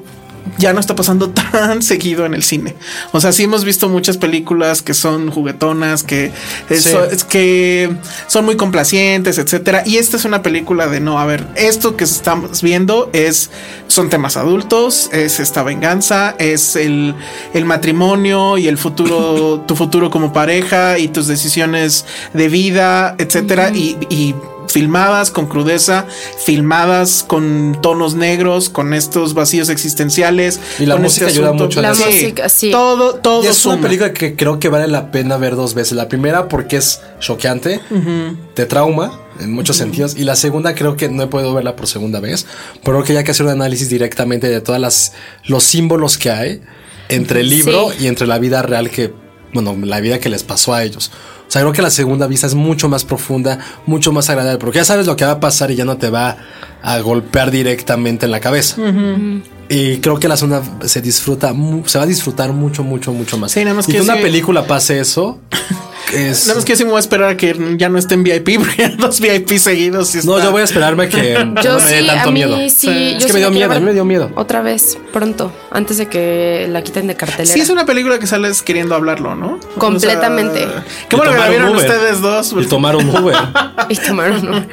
ya no está pasando [LAUGHS] tan seguido en el cine. O sea, sí hemos visto muchas películas que son juguetonas, que, es-
Sí.
es que son muy complacientes, etcétera. Y esta es una película de no, a ver, esto que estamos viendo es son temas adultos, es esta venganza, es el, el matrimonio y el
[LAUGHS]
futuro, tu futuro como pareja y tus decisiones de vida, etcétera. Y- y filmadas con crudeza, filmadas con tonos negros, con estos vacíos existenciales.
Y la
con este
música ayuda mucho en
La eso. música, sí.
Todo, todo
Y es
suma.
una película que creo que vale la pena ver dos veces. La primera porque es choqueante, te trauma en muchos sentidos. Y la segunda creo que no he podido verla por segunda vez. Pero creo que hay que hacer un análisis directamente de todas las los símbolos que hay entre el libro
Sí.
y entre la vida real que, bueno, la vida que les pasó a ellos. O sea, creo que la segunda vista es mucho más profunda, mucho más agradable, porque ya sabes lo que va a pasar y ya no te va a golpear directamente en la cabeza. Y creo que la zona se disfruta, mu- se va a disfrutar mucho, mucho, mucho más.
Sí, nada más
y
que
que una
sí.
película pase
[LAUGHS]
eso. Es...
Nada más que yo sí me voy a esperar a que ya no esté en VIP, [LAUGHS] porque eran dos VIP seguidos. sí
No,
está-
yo voy a esperarme que
[LAUGHS]
Yo
no me dé
sí,
tanto
a mí
miedo.
sí.
Es
que me dio
yo sí la quiero
miedo,
ver
a mí me dio miedo.
Otra vez, pronto, antes de que la quiten de cartelera.
Sí, es una película que sales queriendo hablarlo, ¿no?
Completamente.
Y
qué bueno que
tomar
la
un
vieron
Uber.
ustedes dos.
Y tomar un Uber
[LAUGHS] Y tomaron un-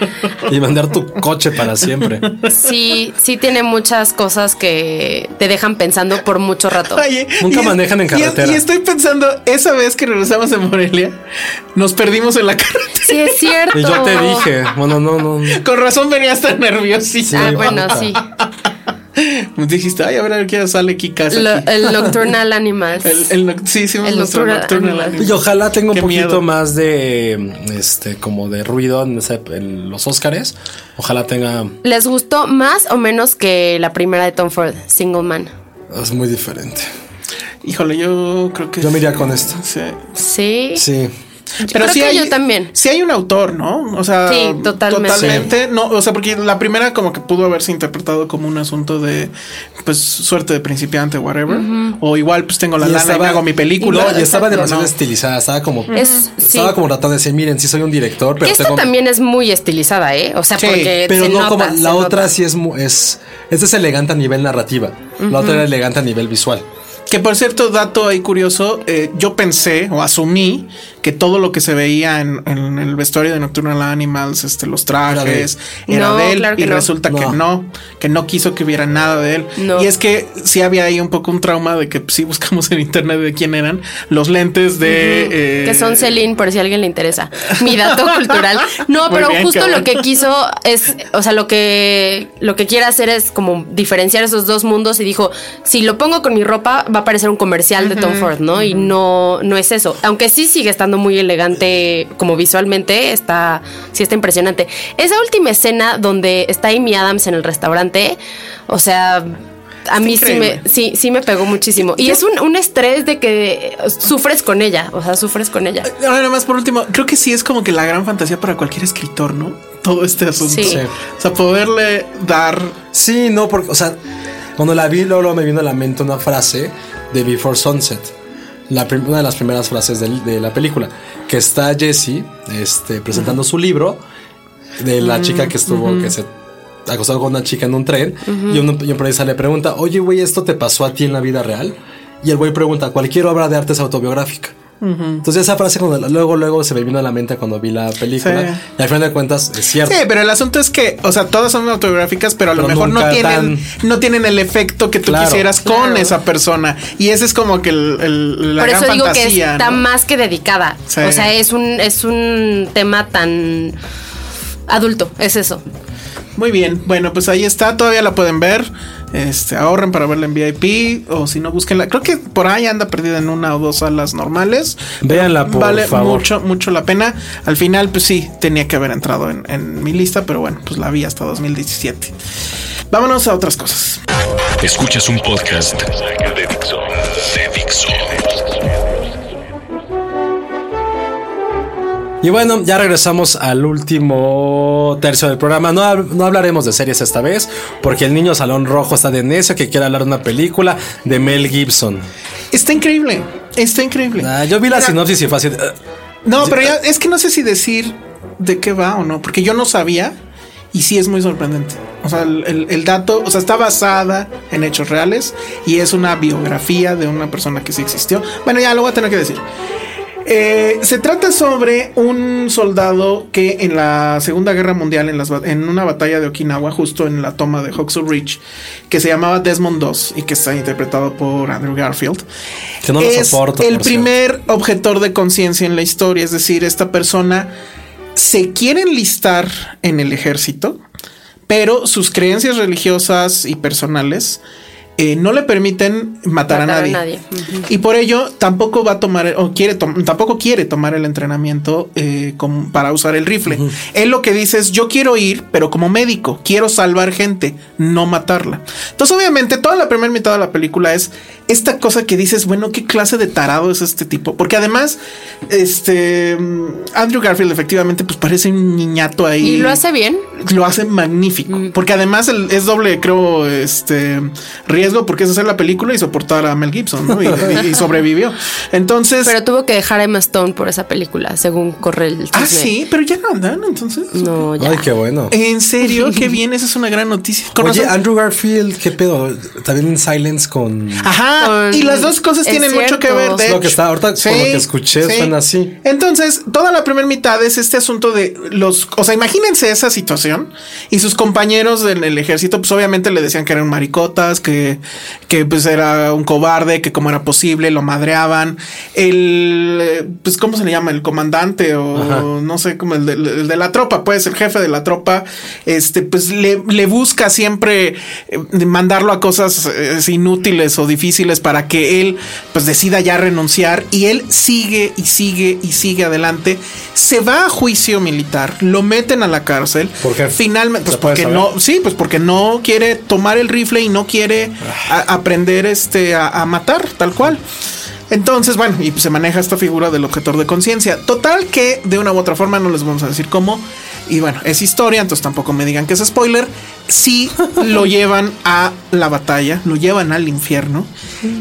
y mandar tu coche para siempre.
Sí, sí tiene muchas cosas que te dejan pensando por mucho
[LAUGHS]
rato.
Oye,
Nunca
y-
manejan en
y-
carretera.
Y, estoy pensando, esa vez que regresamos de Morelia, nos perdimos en la [LAUGHS] carretera.
Sí, es cierto.
Y Pues yo te dije, bueno, no, no. no.
Con razón venías tan nerviosísima.
Ah, bueno, sí.
[LAUGHS] Dijiste, ay, a ver, a ver qué sale Kika.
Lo- el Nocturnal Animals.
El, el, noc- sí, hicimos
El
nuestro
nocturno-
nocturnal
animal.
animal.
Y ojalá tenga un
Qué
poquito
miedo.
más de este como de ruido en, ese- en los Óscares. Ojalá tenga
¿Les gustó más o menos que la primera de Tom Ford, Single Man?
es muy diferente.
Híjole, yo creo que.
Yo me iría con esto.
Sí.
Sí.
Sí.
Pero
creo
sí
que
hay,
yo también.
Sí hay un autor, ¿no? O sea,
Sí, totalmente.
totalmente, No, o sea, porque la primera como que pudo haberse interpretado como un asunto de, pues, suerte de principiante, whatever. O igual, pues, tengo la
Y
lana y me
estaba-
hago mi película.
No, y estaba demasiado
No.
estilizada, estaba como
Es-
estaba
sí.
como tratando de decir, miren, sí soy un director, pero
Que esta
tengo-
también es muy estilizada, ¿eh? O sea,
Sí,
porque
pero
se
no
nota,
como
se
la otra
nota.
sí es mu- es esta es elegante a nivel narrativa, la otra era elegante a nivel visual.
Que por cierto, dato ahí curioso, eh, yo pensé o asumí que todo lo que se veía en, en el vestuario de Nocturnal Animals, este, los trajes,
Era de él.
era
No,
de él
claro que
y
no.
resulta que
No.
no, que no quiso que hubiera nada de él.
No.
Y es que sí había ahí un poco un trauma de que pues, sí buscamos en internet de quién eran los lentes de... eh,
Que son Celine, por si a alguien le interesa. Mi
[LAUGHS]
dato cultural. No,
Muy
pero
bien,
justo
cabrón.
lo que quiso es, o sea, lo que lo que quiere hacer es como diferenciar esos dos mundos y dijo, si lo pongo con mi ropa va a parecer un comercial de Tom Ford, ¿no? Y no no es eso. Aunque sí sigue estando muy elegante como visualmente, está sí está impresionante. Esa última escena donde está Amy Adams en el restaurante, o sea, a mí sí
increíble.
me, sí, sí me pegó muchísimo. Y es un, un estrés de que eh, sufres con ella, o sea, sufres con ella.
Ahora nada más por último, creo que sí es como que la gran fantasía para cualquier escritor, ¿no? Todo este asunto.
Sí. Sí.
O sea, poderle dar...
Sí, no, porque, o sea, cuando la vi, luego, luego me vino a la mente una frase de Before Sunset. La prim- una de las primeras frases del- de, la película. Que está Jessie este, presentando su libro de
Mm,
la chica que estuvo, que se acostó con una chica en un tren. Y un, y un periodista le pregunta, oye, güey, ¿esto te pasó a ti en la vida real? Y el güey pregunta, cualquier obra de arte es autobiográfica. Entonces esa frase cuando la- luego luego se me vino a la mente cuando vi la película
Sí.
y al final de cuentas es cierto.
Sí, pero el asunto es que, o sea, todas son autobiográficas, pero a lo
Pero
mejor no
nunca
tienen, no tienen el efecto que tú
Claro.
quisieras con esa persona. Y ese es como que el, el- la
Por
gran
eso digo que
fantasía.
está
¿no?
más que dedicada.
Sí.
O sea, es un, es un tema tan adulto, es eso.
Muy bien, bueno, pues ahí está, todavía la pueden ver. Este, ahorren para verla en VIP o si no, búsquenla. Creo que por ahí anda perdida en una o dos salas normales.
Véanla, Ah, por
vale
favor.
mucho, mucho la pena. Al final, pues sí, tenía que haber entrado en, en mi lista, pero bueno, pues la vi hasta 2017. Vámonos a otras cosas.
Escuchas un podcast de Dixo. De Dixo.
Y bueno, ya regresamos al último tercio del programa. No, hab- no hablaremos de series esta vez, porque el niño Salón Rojo está de necio que quiere hablar de una película de Mel Gibson.
Está increíble, está increíble.
Ah, yo vi la
Mira,
sinopsis y fue así. de, "Ah, "Ugh".
No, pero ya, es que no sé si decir de qué va o no, porque yo no sabía y sí es muy sorprendente. O sea, el, el- el dato, o sea, está basada en hechos reales y es una biografía de una persona que sí existió. Bueno, ya lo voy a tener que decir. Eh, se trata sobre un soldado que en la Segunda Guerra Mundial, en, las ba- en una batalla de Okinawa, justo en la toma de Hoxo Ridge, que se llamaba Desmond II y que está interpretado por Andrew Garfield,
Que no lo
es
soporto,
el
por cierto.
primer objetor de conciencia en la historia. Es decir, esta persona se quiere enlistar en el ejército, pero sus creencias religiosas y personales eh, no le permiten matar,
Matar a
a nadie.
nadie.
Y por ello tampoco va a tomar o quiere tom- tampoco quiere tomar el entrenamiento eh, como para usar el rifle. Él lo que dice es yo quiero ir, pero como médico quiero salvar gente, no matarla. Entonces obviamente toda la primera mitad de la película es esta cosa que dices bueno qué clase de tarado es este tipo, porque además este mm, Andrew Garfield efectivamente pues parece un niñato ahí
Y lo hace bien.
lo hace magnífico.
Mm.
Porque además el- es doble, creo, este riesgo, porque es hacer la película y soportar a Mel Gibson, ¿no? Y, y- y sobrevivió. Entonces.
Pero tuvo que dejar a Emma Stone por esa película, según corre el chisme.
ah, sí, pero ya no andan, entonces.
No, ya.
Ay, qué bueno.
En serio,
[LAUGHS]
qué bien, esa es una gran noticia. eh, Con
Oye,
razón-
Andrew Garfield, qué pedo. También en Silence con.
Ajá,
Con-
y las dos cosas
es
tienen mucho que ver.
cierto.
De
Es lo que
hecho.
está ahorita, por lo que escuché, suena así.
Entonces, toda la primera mitad es este asunto de los. O sea, imagínense esa situación y sus compañeros del el ejército, pues obviamente le decían que eran maricotas, que, que pues era un cobarde, que como era posible lo madreaban. El. eh, Pues, ¿cómo se le llama? El comandante o no sé, como el de, el de la tropa, pues el jefe de la tropa, este, pues le, le busca siempre eh, mandarlo a cosas eh, inútiles o difíciles para que él pues decida ya renunciar y él sigue y sigue y sigue adelante. Se va a juicio militar, lo meten a la cárcel.
¿Por qué?
Finalmente, pues
¿Se puede
porque
saber?
no, sí, pues porque no quiere tomar el rifle y no quiere
Ah.
a- aprender este a, a matar, tal cual. Entonces, bueno, y se maneja esta figura del objetor de conciencia. Total que de una u otra forma no les vamos a decir cómo. Y bueno, es historia, entonces tampoco me digan que es spoiler. Sí lo llevan a la batalla, lo llevan al infierno.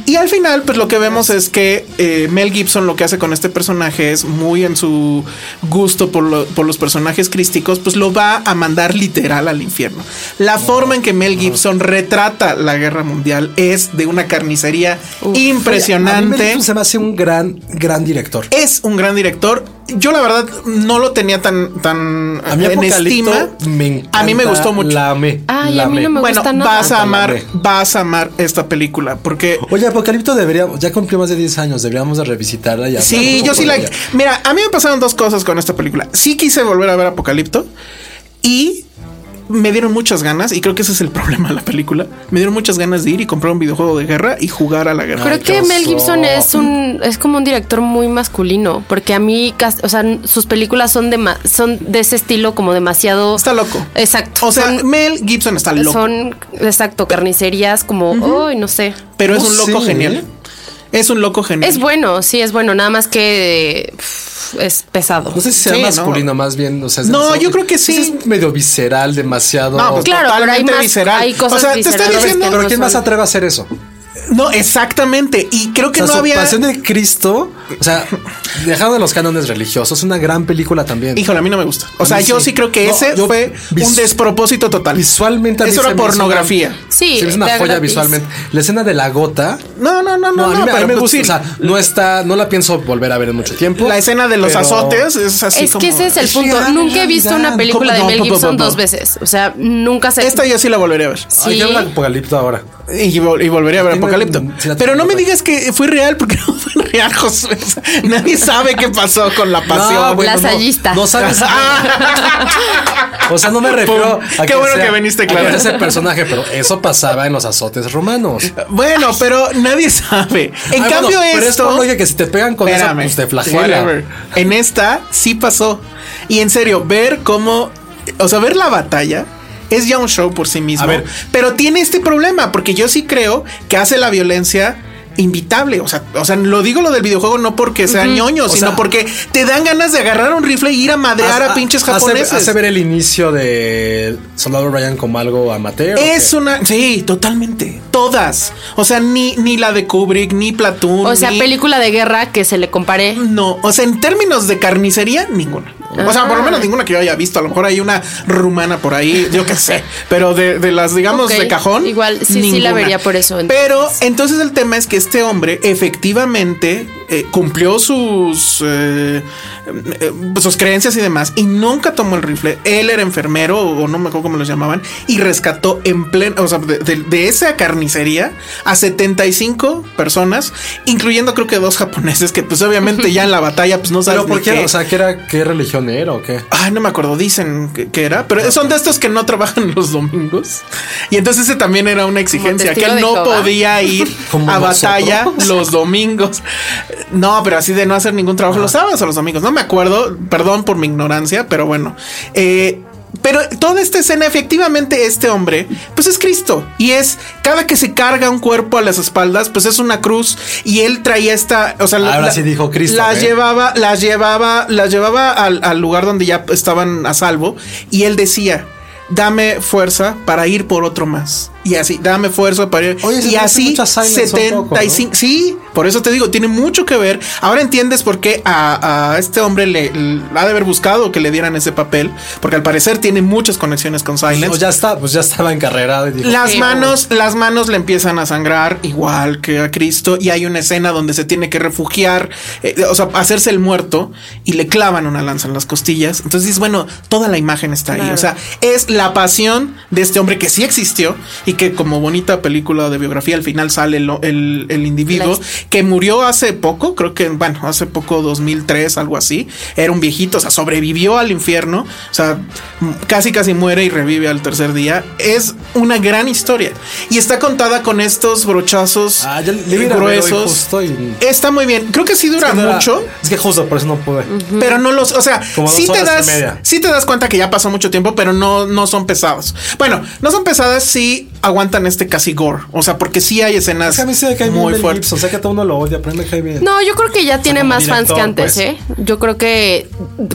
Y al final, pues lo que vemos es que eh, Mel Gibson lo que hace con este personaje es muy en su gusto por, lo- por los personajes crísticos, pues lo va a mandar literal al infierno. La forma en que Mel Gibson retrata la guerra mundial es de una carnicería
A mí Mel
impresionante.
Gibson Se me hace un gran, gran director.
Es un gran director. Yo la verdad no lo tenía tan, tan
A mí
en
Apocalipto
estima.
me encanta.
a mí me gustó mucho.
La amé.
Ay,
la
a mí no
amé.
me
bueno,
gusta nada.
vas a amar,
Ándale.
vas a amar esta película
[LAUGHS]
porque
Oye, Apocalipto deberíamos, ya cumplió más de 10 años, deberíamos de revisitarla y hablar un
Sí,
poco
yo sí
de
la.
ella.
Mira, a mí me pasaron dos cosas con esta película. Sí quise volver a ver Apocalipto y me dieron muchas ganas, y creo que ese es el [LAUGHS] problema de la película. Me dieron muchas ganas de ir y comprar un videojuego de guerra y jugar a la guerra.
Creo que
qué
Mel
oso.
Gibson es un es como un director muy masculino, porque a mí, cas- o sea, sus películas son de ma- son de ese estilo como demasiado
Está loco.
Exacto.
O sea,
son,
Mel Gibson está loco,
son, exacto carnicerías como, uy, no sé.
pero es
Oh,
un loco
sí.
genial. Es un loco genial.
Es bueno, sí es bueno, nada más que pff, es pesado.
No sé si sea
Sí,
masculino, más bien. O sea, es
No,
demasiado- pues
yo creo que sí.
Es medio visceral, demasiado.
No, pues
Claro, pero hay
totalmente
más-
visceral.
hay cosas
o sea, te
viscerales
estoy diciendo.
que
pero
no
¿quién más
son-
atreve a hacer eso?
No, exactamente. Y creo que
o sea, su
no había.
pasión de Cristo, o sea, dejando de los cánones religiosos, una gran película también.
Híjole, a mí no me gusta. O sea,
mí
yo
sí.
sí creo que
No,
ese
yo
fue
vis-
un despropósito total.
Visualmente a mí
Eso
se
era
me hizo una-
pornografía.
Sí,
Se me hizo una
de
joya
gratis.
visualmente. La escena de la gota.
No, no, no, no,
a mí
no,
me- a mí
pero
me
pues
gusta.
sí,
O sea, no está, no la pienso volver a ver en mucho tiempo.
la escena de los
pero-
azotes es así
es
como...
que ese es el
Es
punto.
real,
nunca he
es
visto
realidad.
una película de
¿Cómo?
Mel
No, po, po,
Gibson
po.
dos veces. O sea, nunca se.
Esta yo sí la volveré a ver.
Ay,
Sí.
yo veo el apocalipto ahora.
Y, vol- y volveré a ver
Tiene-
Apocalipto.
sí la tengo
Pero no me
que ver.
digas que fue real, porque [LAUGHS] no fue real, Josué. O sea, Nadie sabe qué pasó
[LAUGHS]
con la pasión.
bueno, Lasallista.
pues No, no
[LAUGHS]
sabes. o sea, no me refiero
Pum.
a
Qué bueno que viniste,
a
Clara.
sea ese personaje, pero eso pasaba en los azotes romanos.
Bueno, pero nadie sabe. En
Ay,
cambio,
bueno,
esto...
Pero es por lo que- que si te pegan con
Espérame.
eso, pues te flagela.
Whatever. En esta sí pasó. Y en serio, ver cómo. O sea, ver la batalla. Es ya un show por sí mismo.
A ver.
Pero tiene este problema, porque yo sí creo que hace la violencia invitable. O sea, o sea, lo digo lo del videojuego no porque sea ñoño, sino
sea-
porque te dan ganas de agarrar un rifle y ir a madrear a, pinches
hace-
japoneses.
Hace, ver el inicio de Soldado Ryan como algo amateur. ¿o qué?
es una. Sí, totalmente. Todas. O sea, ni, ni la de Kubrick, ni Platoon.
O sea,
ni-
película de guerra que se le compare.
No, o sea, en términos de carnicería, ninguna. O sea,
Ah.
por lo menos ninguna que yo haya visto. A lo mejor hay una rumana por ahí, yo qué sé. Pero de, de las, digamos,
Ok,
de cajón.
igual, sí, sí la vería por eso, entonces.
Pero entonces el tema es que este hombre efectivamente eh, cumplió sus, eh, eh, sus creencias y demás y nunca tomó el rifle. Él era enfermero o no me acuerdo cómo los llamaban y rescató en pleno, o sea, de, de- de esa carnicería a 75 personas, incluyendo creo que dos [LAUGHS] japoneses que
[LAUGHS]
pues obviamente ya en la batalla pues no saben
Pero ¿por qué? O sea, ¿qué, era, ¿qué religión era o qué?
Ay, Ah, no me acuerdo, dicen que, que era, pero son de estos que no trabajan [LAUGHS] los domingos. Y entonces ese también era una exigencia, que
testigo
él
de
no
Jehová.
podía
[LAUGHS]
ir
Como
a
nosotros.
batalla los domingos. No, pero así de no hacer ningún trabajo los sábados o los domingos. No me acuerdo, perdón por mi ignorancia, pero bueno. Eh, pero toda esta escena, efectivamente, este hombre, pues es Cristo. Y es cada que se carga un cuerpo a las espaldas, pues es una cruz. Y él traía esta, o sea,
Ahora sí dijo Cristo,
Las
¿eh?
lleva llevaba, las llevaba, las llevaba al, al lugar donde ya estaban a salvo y él decía, dame fuerza para ir por otro más. Y así, dame fuerza para ir.
Oye, se
y
parece
así,
mucho a Silence un poco,
75. Sí, por eso te digo, tiene mucho que ver. Ahora entiendes por qué a, a este hombre le, le- ha de haber buscado que le dieran ese papel, porque al parecer tiene muchas conexiones con Silence.
O ya está, pues ya estaba encarrerado y dijo,
Las
Sí,
manos, las manos le empiezan a sangrar igual que a Cristo y hay una escena donde se tiene que refugiar, eh, o sea, hacerse el muerto y le clavan una lanza en las costillas. Entonces, dices, bueno, toda la imagen está ahí.
Claro.
O sea, es la pasión de este hombre que sí existió y que como bonita película de biografía al final sale el, el- el individuo
La
que murió hace poco, creo que, bueno, hace poco 2003, algo así. Era un viejito, o sea, sobrevivió al infierno, o sea, m- casi casi muere y revive al tercer día. Es una gran historia y está contada con estos brochazos
Ah, ya le- le
eh,
iba a ver hoy
gruesos.
justo y-
Está muy bien, creo que sí
"Es
dura
que no era-
mucho.
Es que justo por eso no pude.
Pero no los, o sea,
Como
sí
dos
te
horas y
das,
media.
sí te das cuenta que ya pasó mucho tiempo, pero no, no son pesadas. Bueno, no son pesadas si aguantan este casi gore. O sea, porque sí hay
Es
escenas
que a mí sí me cae bien
muy
Mel
fuertes.
Gibson, sé que todo uno lo odia, pero a mí me cae bien.
No, yo creo que ya tiene
como
más fans que
director,
antes,
pues.
¿eh? Yo creo que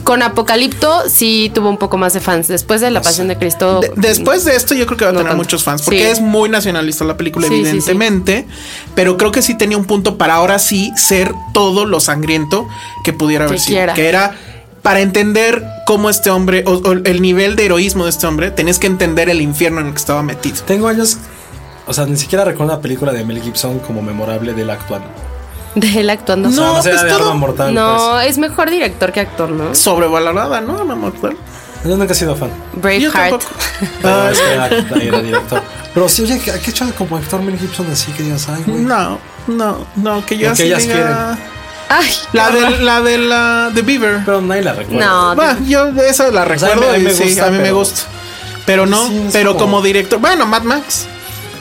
con Apocalipto sí tuvo un poco más de fans. Después de La Pasión de Cristo. mm,
De- después de esto, yo creo que va a
No
tener
tanto.
muchos fans, porque
Sí.
es muy nacionalista la película,
Sí, sí, sí.
evidentemente. Pero creo que sí tenía un punto para ahora sí ser todo lo sangriento que pudiera haber
Que
sido.
quiera.
Que era para entender cómo este hombre, o, o el nivel de heroísmo de este hombre, tenés que entender el infierno en el que estaba metido.
Tengo años, o sea, ni siquiera recuerdo una película de Mel Gibson como memorable del actual.
de él actuando.
O sea,
No,
más allá
pues
de
todo-
Arma Mortal. pues.
No, es mejor director que actor, ¿no?
Sobrevalorada, ¿no? Arma
pues.
mortal.
Yo nunca he sido fan.
Yo
Braveheart.
tampoco.
Pero
Ah.
es que era, era director. Pero sí, oye, ¿qué qué ha hecho como actor Mel Gibson así que digas, ay, güey?
No, no, no, que yo
Lo que
así
ellas
diga-
Ay,
La de la de la de Beaver.
Pero nadie la recuerda.
no.
Bah, yo esa la
sea,
recuerdo
Pues a mí
y
me
sí,
gusta,
a mí me
pero-
gusta. Pero no,
Sí, es
pero como...
como-
director, bueno, Mad Max.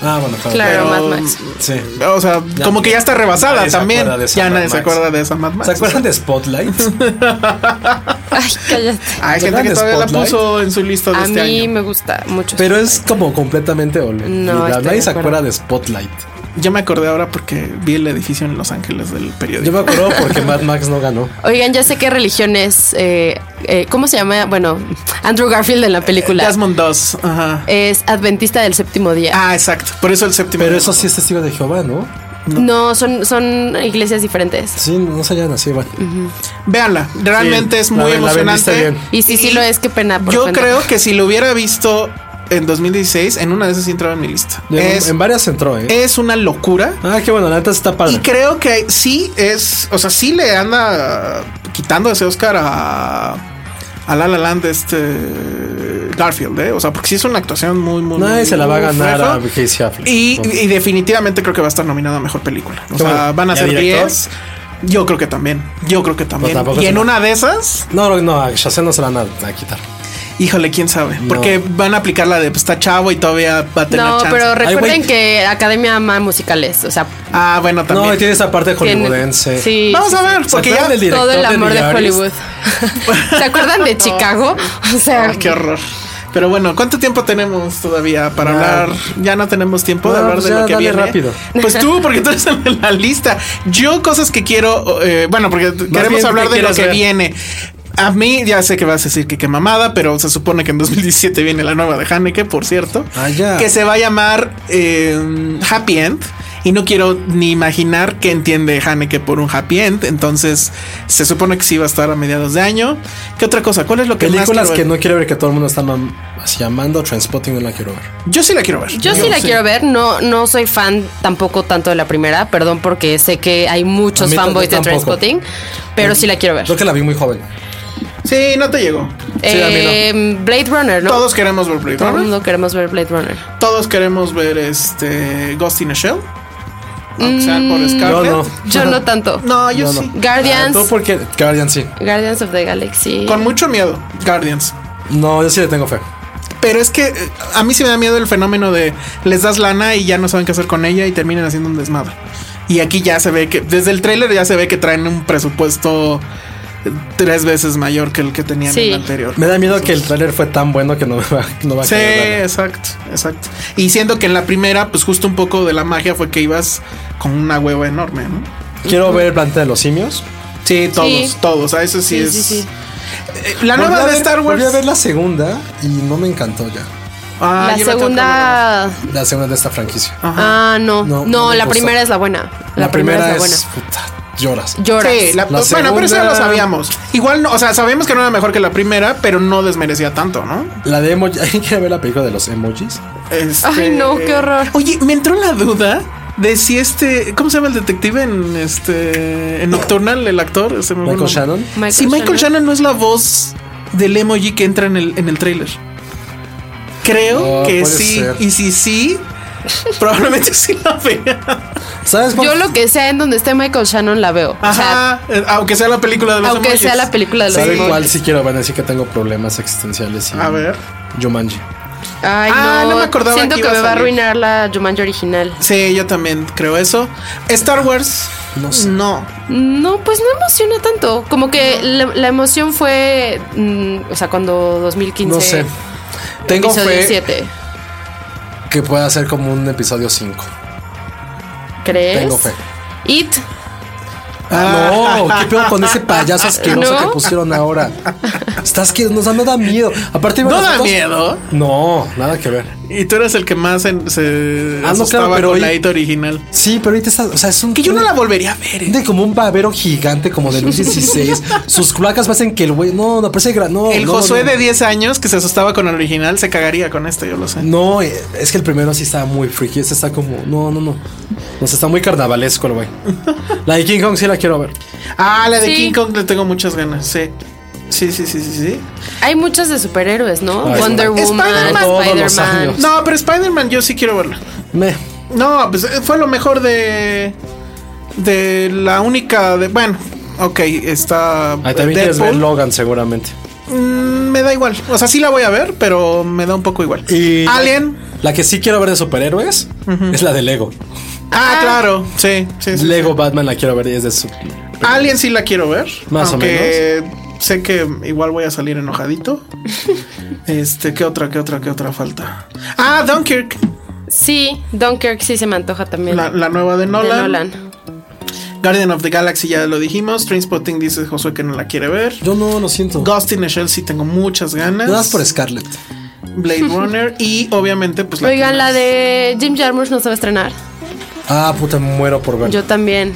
Ah, bueno, claro.
Claro,
pero-
Mad Max.
Sí.
O sea,
Ya,
como que ya está rebasada
nadie se
también.
acuerda de esa
Ya
Mad
nadie se
Max.
acuerda de esa Mad Max.
¿Se acuerdan de
[LAUGHS]
Spotlight?
Ay, cállate.
Hay
¿Se
gente
acuerdan
que
de
todavía la
Spotlight?
puso en su lista de
A
Ah, este
mí
año.
me gusta mucho.
Pero es como completamente
No,
olvidable.
estoy
Nadie
de
se
acuerdo.
acuerda de Spotlight.
Yo me acordé ahora porque vi el edificio en Los Ángeles del periódico.
Yo me acuerdo porque Mad Max no ganó.
Oigan, ya sé qué religión es. eh, eh, ¿Cómo se llama? Bueno, Andrew Garfield en la película.
Desmond Doss, ajá.
es adventista del séptimo día.
Ah, exacto. Por eso el séptimo.
Pero eso sí es testigo de Jehová, ¿no?
no, son, son iglesias diferentes.
Sí, no se hayan así, bueno.
Véanla, realmente
Sí,
es
la
muy
ve- la
emocionante.
vendiste bien.
Y sí, sí lo es, qué pena. Ah, por
Yo
ofender.
creo que si lo hubiera visto en 2016, en una de esas sí entraba en mi lista.
En-
Es,
en varias entró, ¿eh?
es una locura.
Ah, qué bueno, la neta está padre.
Y creo que sí es, o sea, sí le anda quitando ese Oscar a, a La La Land este Garfield, ¿eh? O sea, porque sí es una actuación muy, muy.
Nadie se la va a
muy
ganar
frefa.
a Casey Affleck.
Y,
No.
y definitivamente creo que va a estar nominada a mejor película. O
Qué
sea,
bueno.
van a
¿Y a
ser
director? Pues
10. Yo creo que también. Yo creo que también.
tampoco
y
es
en
una-
una de esas,
No, no, no, a Shazam no se la van a, a quitar.
híjole, quién sabe. Porque van a aplicar la de pues, está chavo y todavía va a tener
No,
chance.
pero recuerden
güey.
que Academia ama musicales. O sea,
Ah, bueno, también.
No, y tiene esa parte
tienen-
hollywoodense.
Sí.
Vamos
sí,
a
sí.
ver,
¿Se
porque ya.
acuerdan del director
Todo el
de
[LAUGHS] amor de
Diaries?
[LAUGHS]
Hollywood. ¿Se acuerdan de Chicago? O sea,
Ay, qué horror. Pero bueno, ¿cuánto tiempo tenemos todavía para
Ya.
hablar? Ya no tenemos tiempo de
No,
hablar
pues
de
ya,
lo que
dale
viene.
rápido.
Pues tú, porque tú eres el de la lista. Yo cosas que quiero, eh, bueno, porque queremos
bien,
hablar
¿qué
de lo
quieres
que
ver?
viene. A mí ya sé que vas a decir que qué mamada, pero se supone que en 2017 viene la nueva de Haneke, por cierto.
Ah, ya.
Que se va a llamar eh, Happy End. Y no quiero ni imaginar qué entiende Haneke por un happy end. Entonces, se supone que sí va a estar a mediados de año. ¿Qué otra cosa? ¿Cuál es lo que más
Películas
quiero
que
ver?
no quiero ver que todo el mundo está mam- así llamando, Transpotting no la quiero ver.
Yo sí la quiero ver.
Yo sí la
sé.
quiero ver, no, no soy fan tampoco tanto de la primera, perdón porque sé que hay
A
muchos
mí
fanboys de
tampoco.
Trainspotting, pero sí la quiero ver.
Creo que la vi muy joven.
Sí, no te llegó.
sí, a mí no.
Eh, Blade Runner, ¿no?
Todos queremos ver Blade
Todo el
Runner.
mundo queremos ver Blade Runner.
Todos queremos ver este Ghost in a Shell. Aunque sea
Mm,
por
Yo
Scarlett.
no.
Yo no tanto.
No, yo
Yo no. Ah,
sí.
Guardians,
Todo porque Guardian sí.
Guardians of the Galaxy.
Con mucho miedo, Guardians.
No, yo sí le tengo fe.
Pero es que eh, a mí sí me da miedo el fenómeno de les das lana y ya no saben qué hacer con ella y terminan haciendo un desmadre. Y aquí ya se ve que, desde el tráiler ya se ve que traen un presupuesto eh, tres veces mayor que el que tenían
Sí.
en el anterior.
Me da miedo que el tráiler fue tan bueno que no me va, no va a
Sí,
querer verla.
exacto, exacto. Y siendo que en la primera, pues justo un poco de la magia fue que ibas con una hueva enorme, ¿no?
Quiero ver el planeta de los simios.
Sí, todos,
Sí.
todos. A eso sí,
Sí,
es.
sí, sí.
Eh, La
Volví
nueva
a
de
ver-
Star Wars.
Volví a ver la segunda y no me encantó ya.
Ah,
la
yo no tengo
segunda.
La segunda de esta franquicia.
Ah, no.
No,
No,
no me
la
gusta.
primera es la buena. La, primera, es la buena.
puta, lloras.
problema.
Lloras.
Sí, la- pues,
La
bueno, pero eso ya lo
segunda-
sabíamos. Igual, no, o sea, sabíamos que no era mejor que la primera, pero no desmerecía tanto, ¿no?
La de emoji. [LAUGHS] ¿Alguien quiere ver la película de los emojis?
Este-
Ay, no, qué horror.
Oye, me entró la duda de si este. ¿Cómo se llama el detective en este. en Nocturnal, el actor? Se me fue
Michael
el nombre.
Shannon.
Michael
si Michael Shannon no es la voz del emoji que entra en el, en el trailer. Creo
Ah,
que
puede
sí.
ser.
Y si sí, [LAUGHS] probablemente sí la vea.
¿Sabes cuál?
Yo lo que sea en donde esté Michael Shannon la veo. O sea,
Ajá, eh, aunque sea la película de los
aunque sea
emojis.
la película de los
¿Saben
emojis.
cuál sí quiero? Van a decir que tengo problemas existenciales. y-
A ver.
Jumanji.
Ay,
Ah,
no.
no me acordaba
Siento
que
que,
iba a
me va a
salir.
arruinar la Jumanji original.
Sí, yo también creo eso. Star Wars.
No sé.
No.
No, pues no emociona tanto. Como que la, la emoción fue, mm, o sea, cuando 2015.
No sé. Tengo
episodio
fe
7.
que pueda ser como un episodio 5.
¿Crees?
Tengo fe.
It.
Ah.
no, ¿qué peor con ese payaso asqueroso
¿No?
que pusieron ahora? Estás que nos da, no da miedo. Aparte, iban
No
las
da
fotos-
miedo.
No, nada que ver.
Y tú eres el que más en- se
Ah, no,
asustaba
claro, pero
con
hoy-
la ita original.
Sí, pero ahorita está. O sea, es un.
Que yo no la volvería a ver. eh.
de como un babero gigante, como de Luis [LAUGHS] 16. Sus cloacas parecen que el güey. No, no, parece. gra- No,
el
Oh, no,
Josué
no,
de 10 años que se asustaba con el original se cagaría con esto, yo lo sé.
No, eh, es que el primero sí estaba muy friki. Este está como. No, no, no. Nos está muy carnavalesco el güey. La de King Kong sí la quiero ver.
Ah, la de
Sí.
King Kong le tengo muchas ganas. Sí. Sí, sí, sí, sí, sí.
Hay muchas de superhéroes, ¿no?
Ay,
Wonder
bueno.
Woman,
Spider-Man.
Todos los
Spider-Man.
años.
No, pero Spider-Man yo sí quiero verla.
Me.
No, pues eh, fue lo mejor de. De la única. De, bueno, ok, está. eh,
Ahí Ah, también quieres ver
Deadpool.
Logan, seguramente.
Mm, me da igual. O sea, sí la voy a ver, pero me da un poco igual.
Y
Alien.
La que sí quiero ver de superhéroes es la de Lego.
Ah, claro. Sí, sí, sí.
Lego Batman la quiero ver y es de su.
Alien sí la quiero ver.
Más o
aunque Sé que igual voy a salir [LAUGHS] enojadito. este, ¿qué otra, qué otra, qué otra falta? Ah, Dunkirk.
Sí, Dunkirk sí se me antoja también.
La, la nueva de
De
Nolan.
Nolan.
Guardian of the Galaxy ya lo dijimos. Trainspotting dice Josué que no la quiere ver.
Yo no lo siento.
Ghost in the Shell sí tengo muchas ganas.
Nada más por Scarlett.
[LAUGHS]
Blade Runner y obviamente pues la que
Oigan, la
más.
de Jim Jarmusch no se va a estrenar.
Ah, puta, me muero por verla.
Yo también.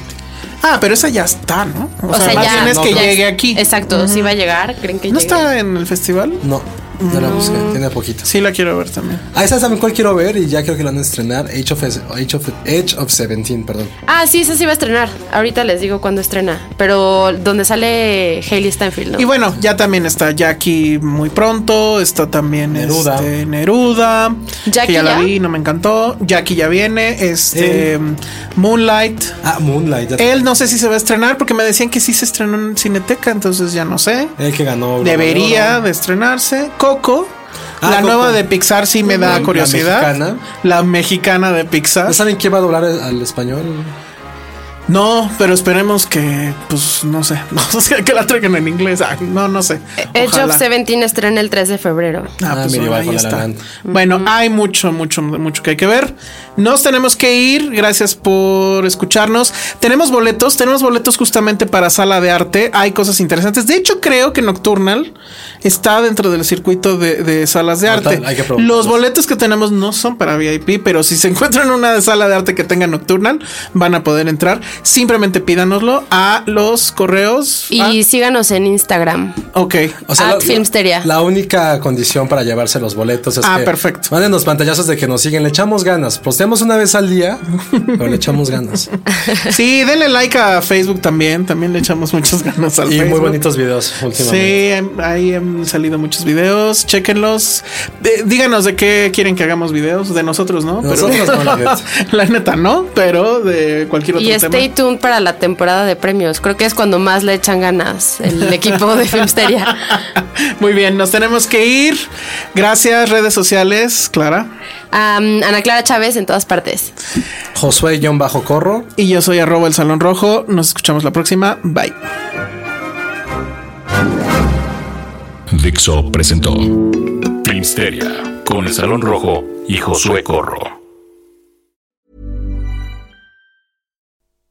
Ah, pero esa ya está, ¿no? O, sea, más bien es
no,
que
ya
llegue
es-
aquí.
Exacto, sí va a llegar. ¿Creen que
¿No
llegue?
está en el festival?
No, ya la busqué, tiene poquitas.
Sí la quiero ver también.
Ah, esa también cuál quiero ver y ya creo que la van a estrenar. Age of, Age of, Age of 17, perdón.
Ah, sí, esa sí va a estrenar. Ahorita les digo cuándo estrena. Pero donde sale Hailey Stanfield, ¿no?
Y bueno, ya también está Jackie muy pronto, está también
Neruda.
este, Neruda,
¿Jackie
que ya, la
ya?
vi, no me encantó. Jackie ya viene, este
Eh.
Moonlight.
Ah, Moonlight. ya-
Él no sé si se va a estrenar porque me decían que sí se estrenó en Cineteca, entonces ya no sé.
El que ganó. Globo de
Debería
Oro.
de estrenarse Coco.
Ah,
la
Coco.
nueva de Pixar sí me da
La
curiosidad.
mexicana.
La mexicana de Pixar.
¿No saben quién va a doblar al al español?
No, pero esperemos que, pues, no sé, [LAUGHS] no sé, que la traigan en inglés. Ah, no, no sé.
Eh, Edge of
Ojalá.
Seventeen estrena el 3 de febrero.
Ah,
Ah,
pues
mira, igual
ahora ahí
con La La
está.
Land.
Bueno, hay mucho, mucho, mucho que hay que ver. Nos tenemos que ir. Gracias por escucharnos. Tenemos boletos, tenemos boletos justamente para sala de arte. Hay cosas interesantes. De hecho, creo que Nocturnal está dentro del circuito de, de salas de
Ahorita
arte.
Ah, hay que probarlos.
Los boletos que tenemos no son para VIP, pero si se [LAUGHS] encuentran en una sala de arte que tenga Nocturnal, van a poder entrar. Simplemente pídanoslo a los correos.
Y síganos en Instagram.
Ah, ok.
O sea,
At
la-
Filmsteria.
La única condición para llevarse los boletos es
Ah,
que
perfecto.
manden los pantallazos de que nos siguen, le echamos ganas. Posteamos una vez al día, pero le echamos
[LAUGHS]
ganas.
Sí, denle like a Facebook también. También le echamos muchas ganas al
y
Facebook.
muy bonitos videos últimamente.
Sí, em, ahí han salido muchos videos. Chequenlos. De- díganos de qué quieren que hagamos videos. De nosotros, ¿no?
Nosotros no, la neta.
[LAUGHS] la neta, no. Pero de cualquier otro
Y este.
tema.
stay tuned para la temporada de premios. Creo que es cuando más le echan ganas el
[LAUGHS]
equipo de Filmsteria.
[LAUGHS] Muy bien, nos tenemos que ir. Gracias, redes sociales, Clara.
Am, Ana Clara Chávez en todas partes.
Josué-Corro.
Y yo soy arroba el Salón Rojo. Nos escuchamos la próxima. Bye.
Dixo presentó Filmsteria con el Salón Rojo y Josué Corro.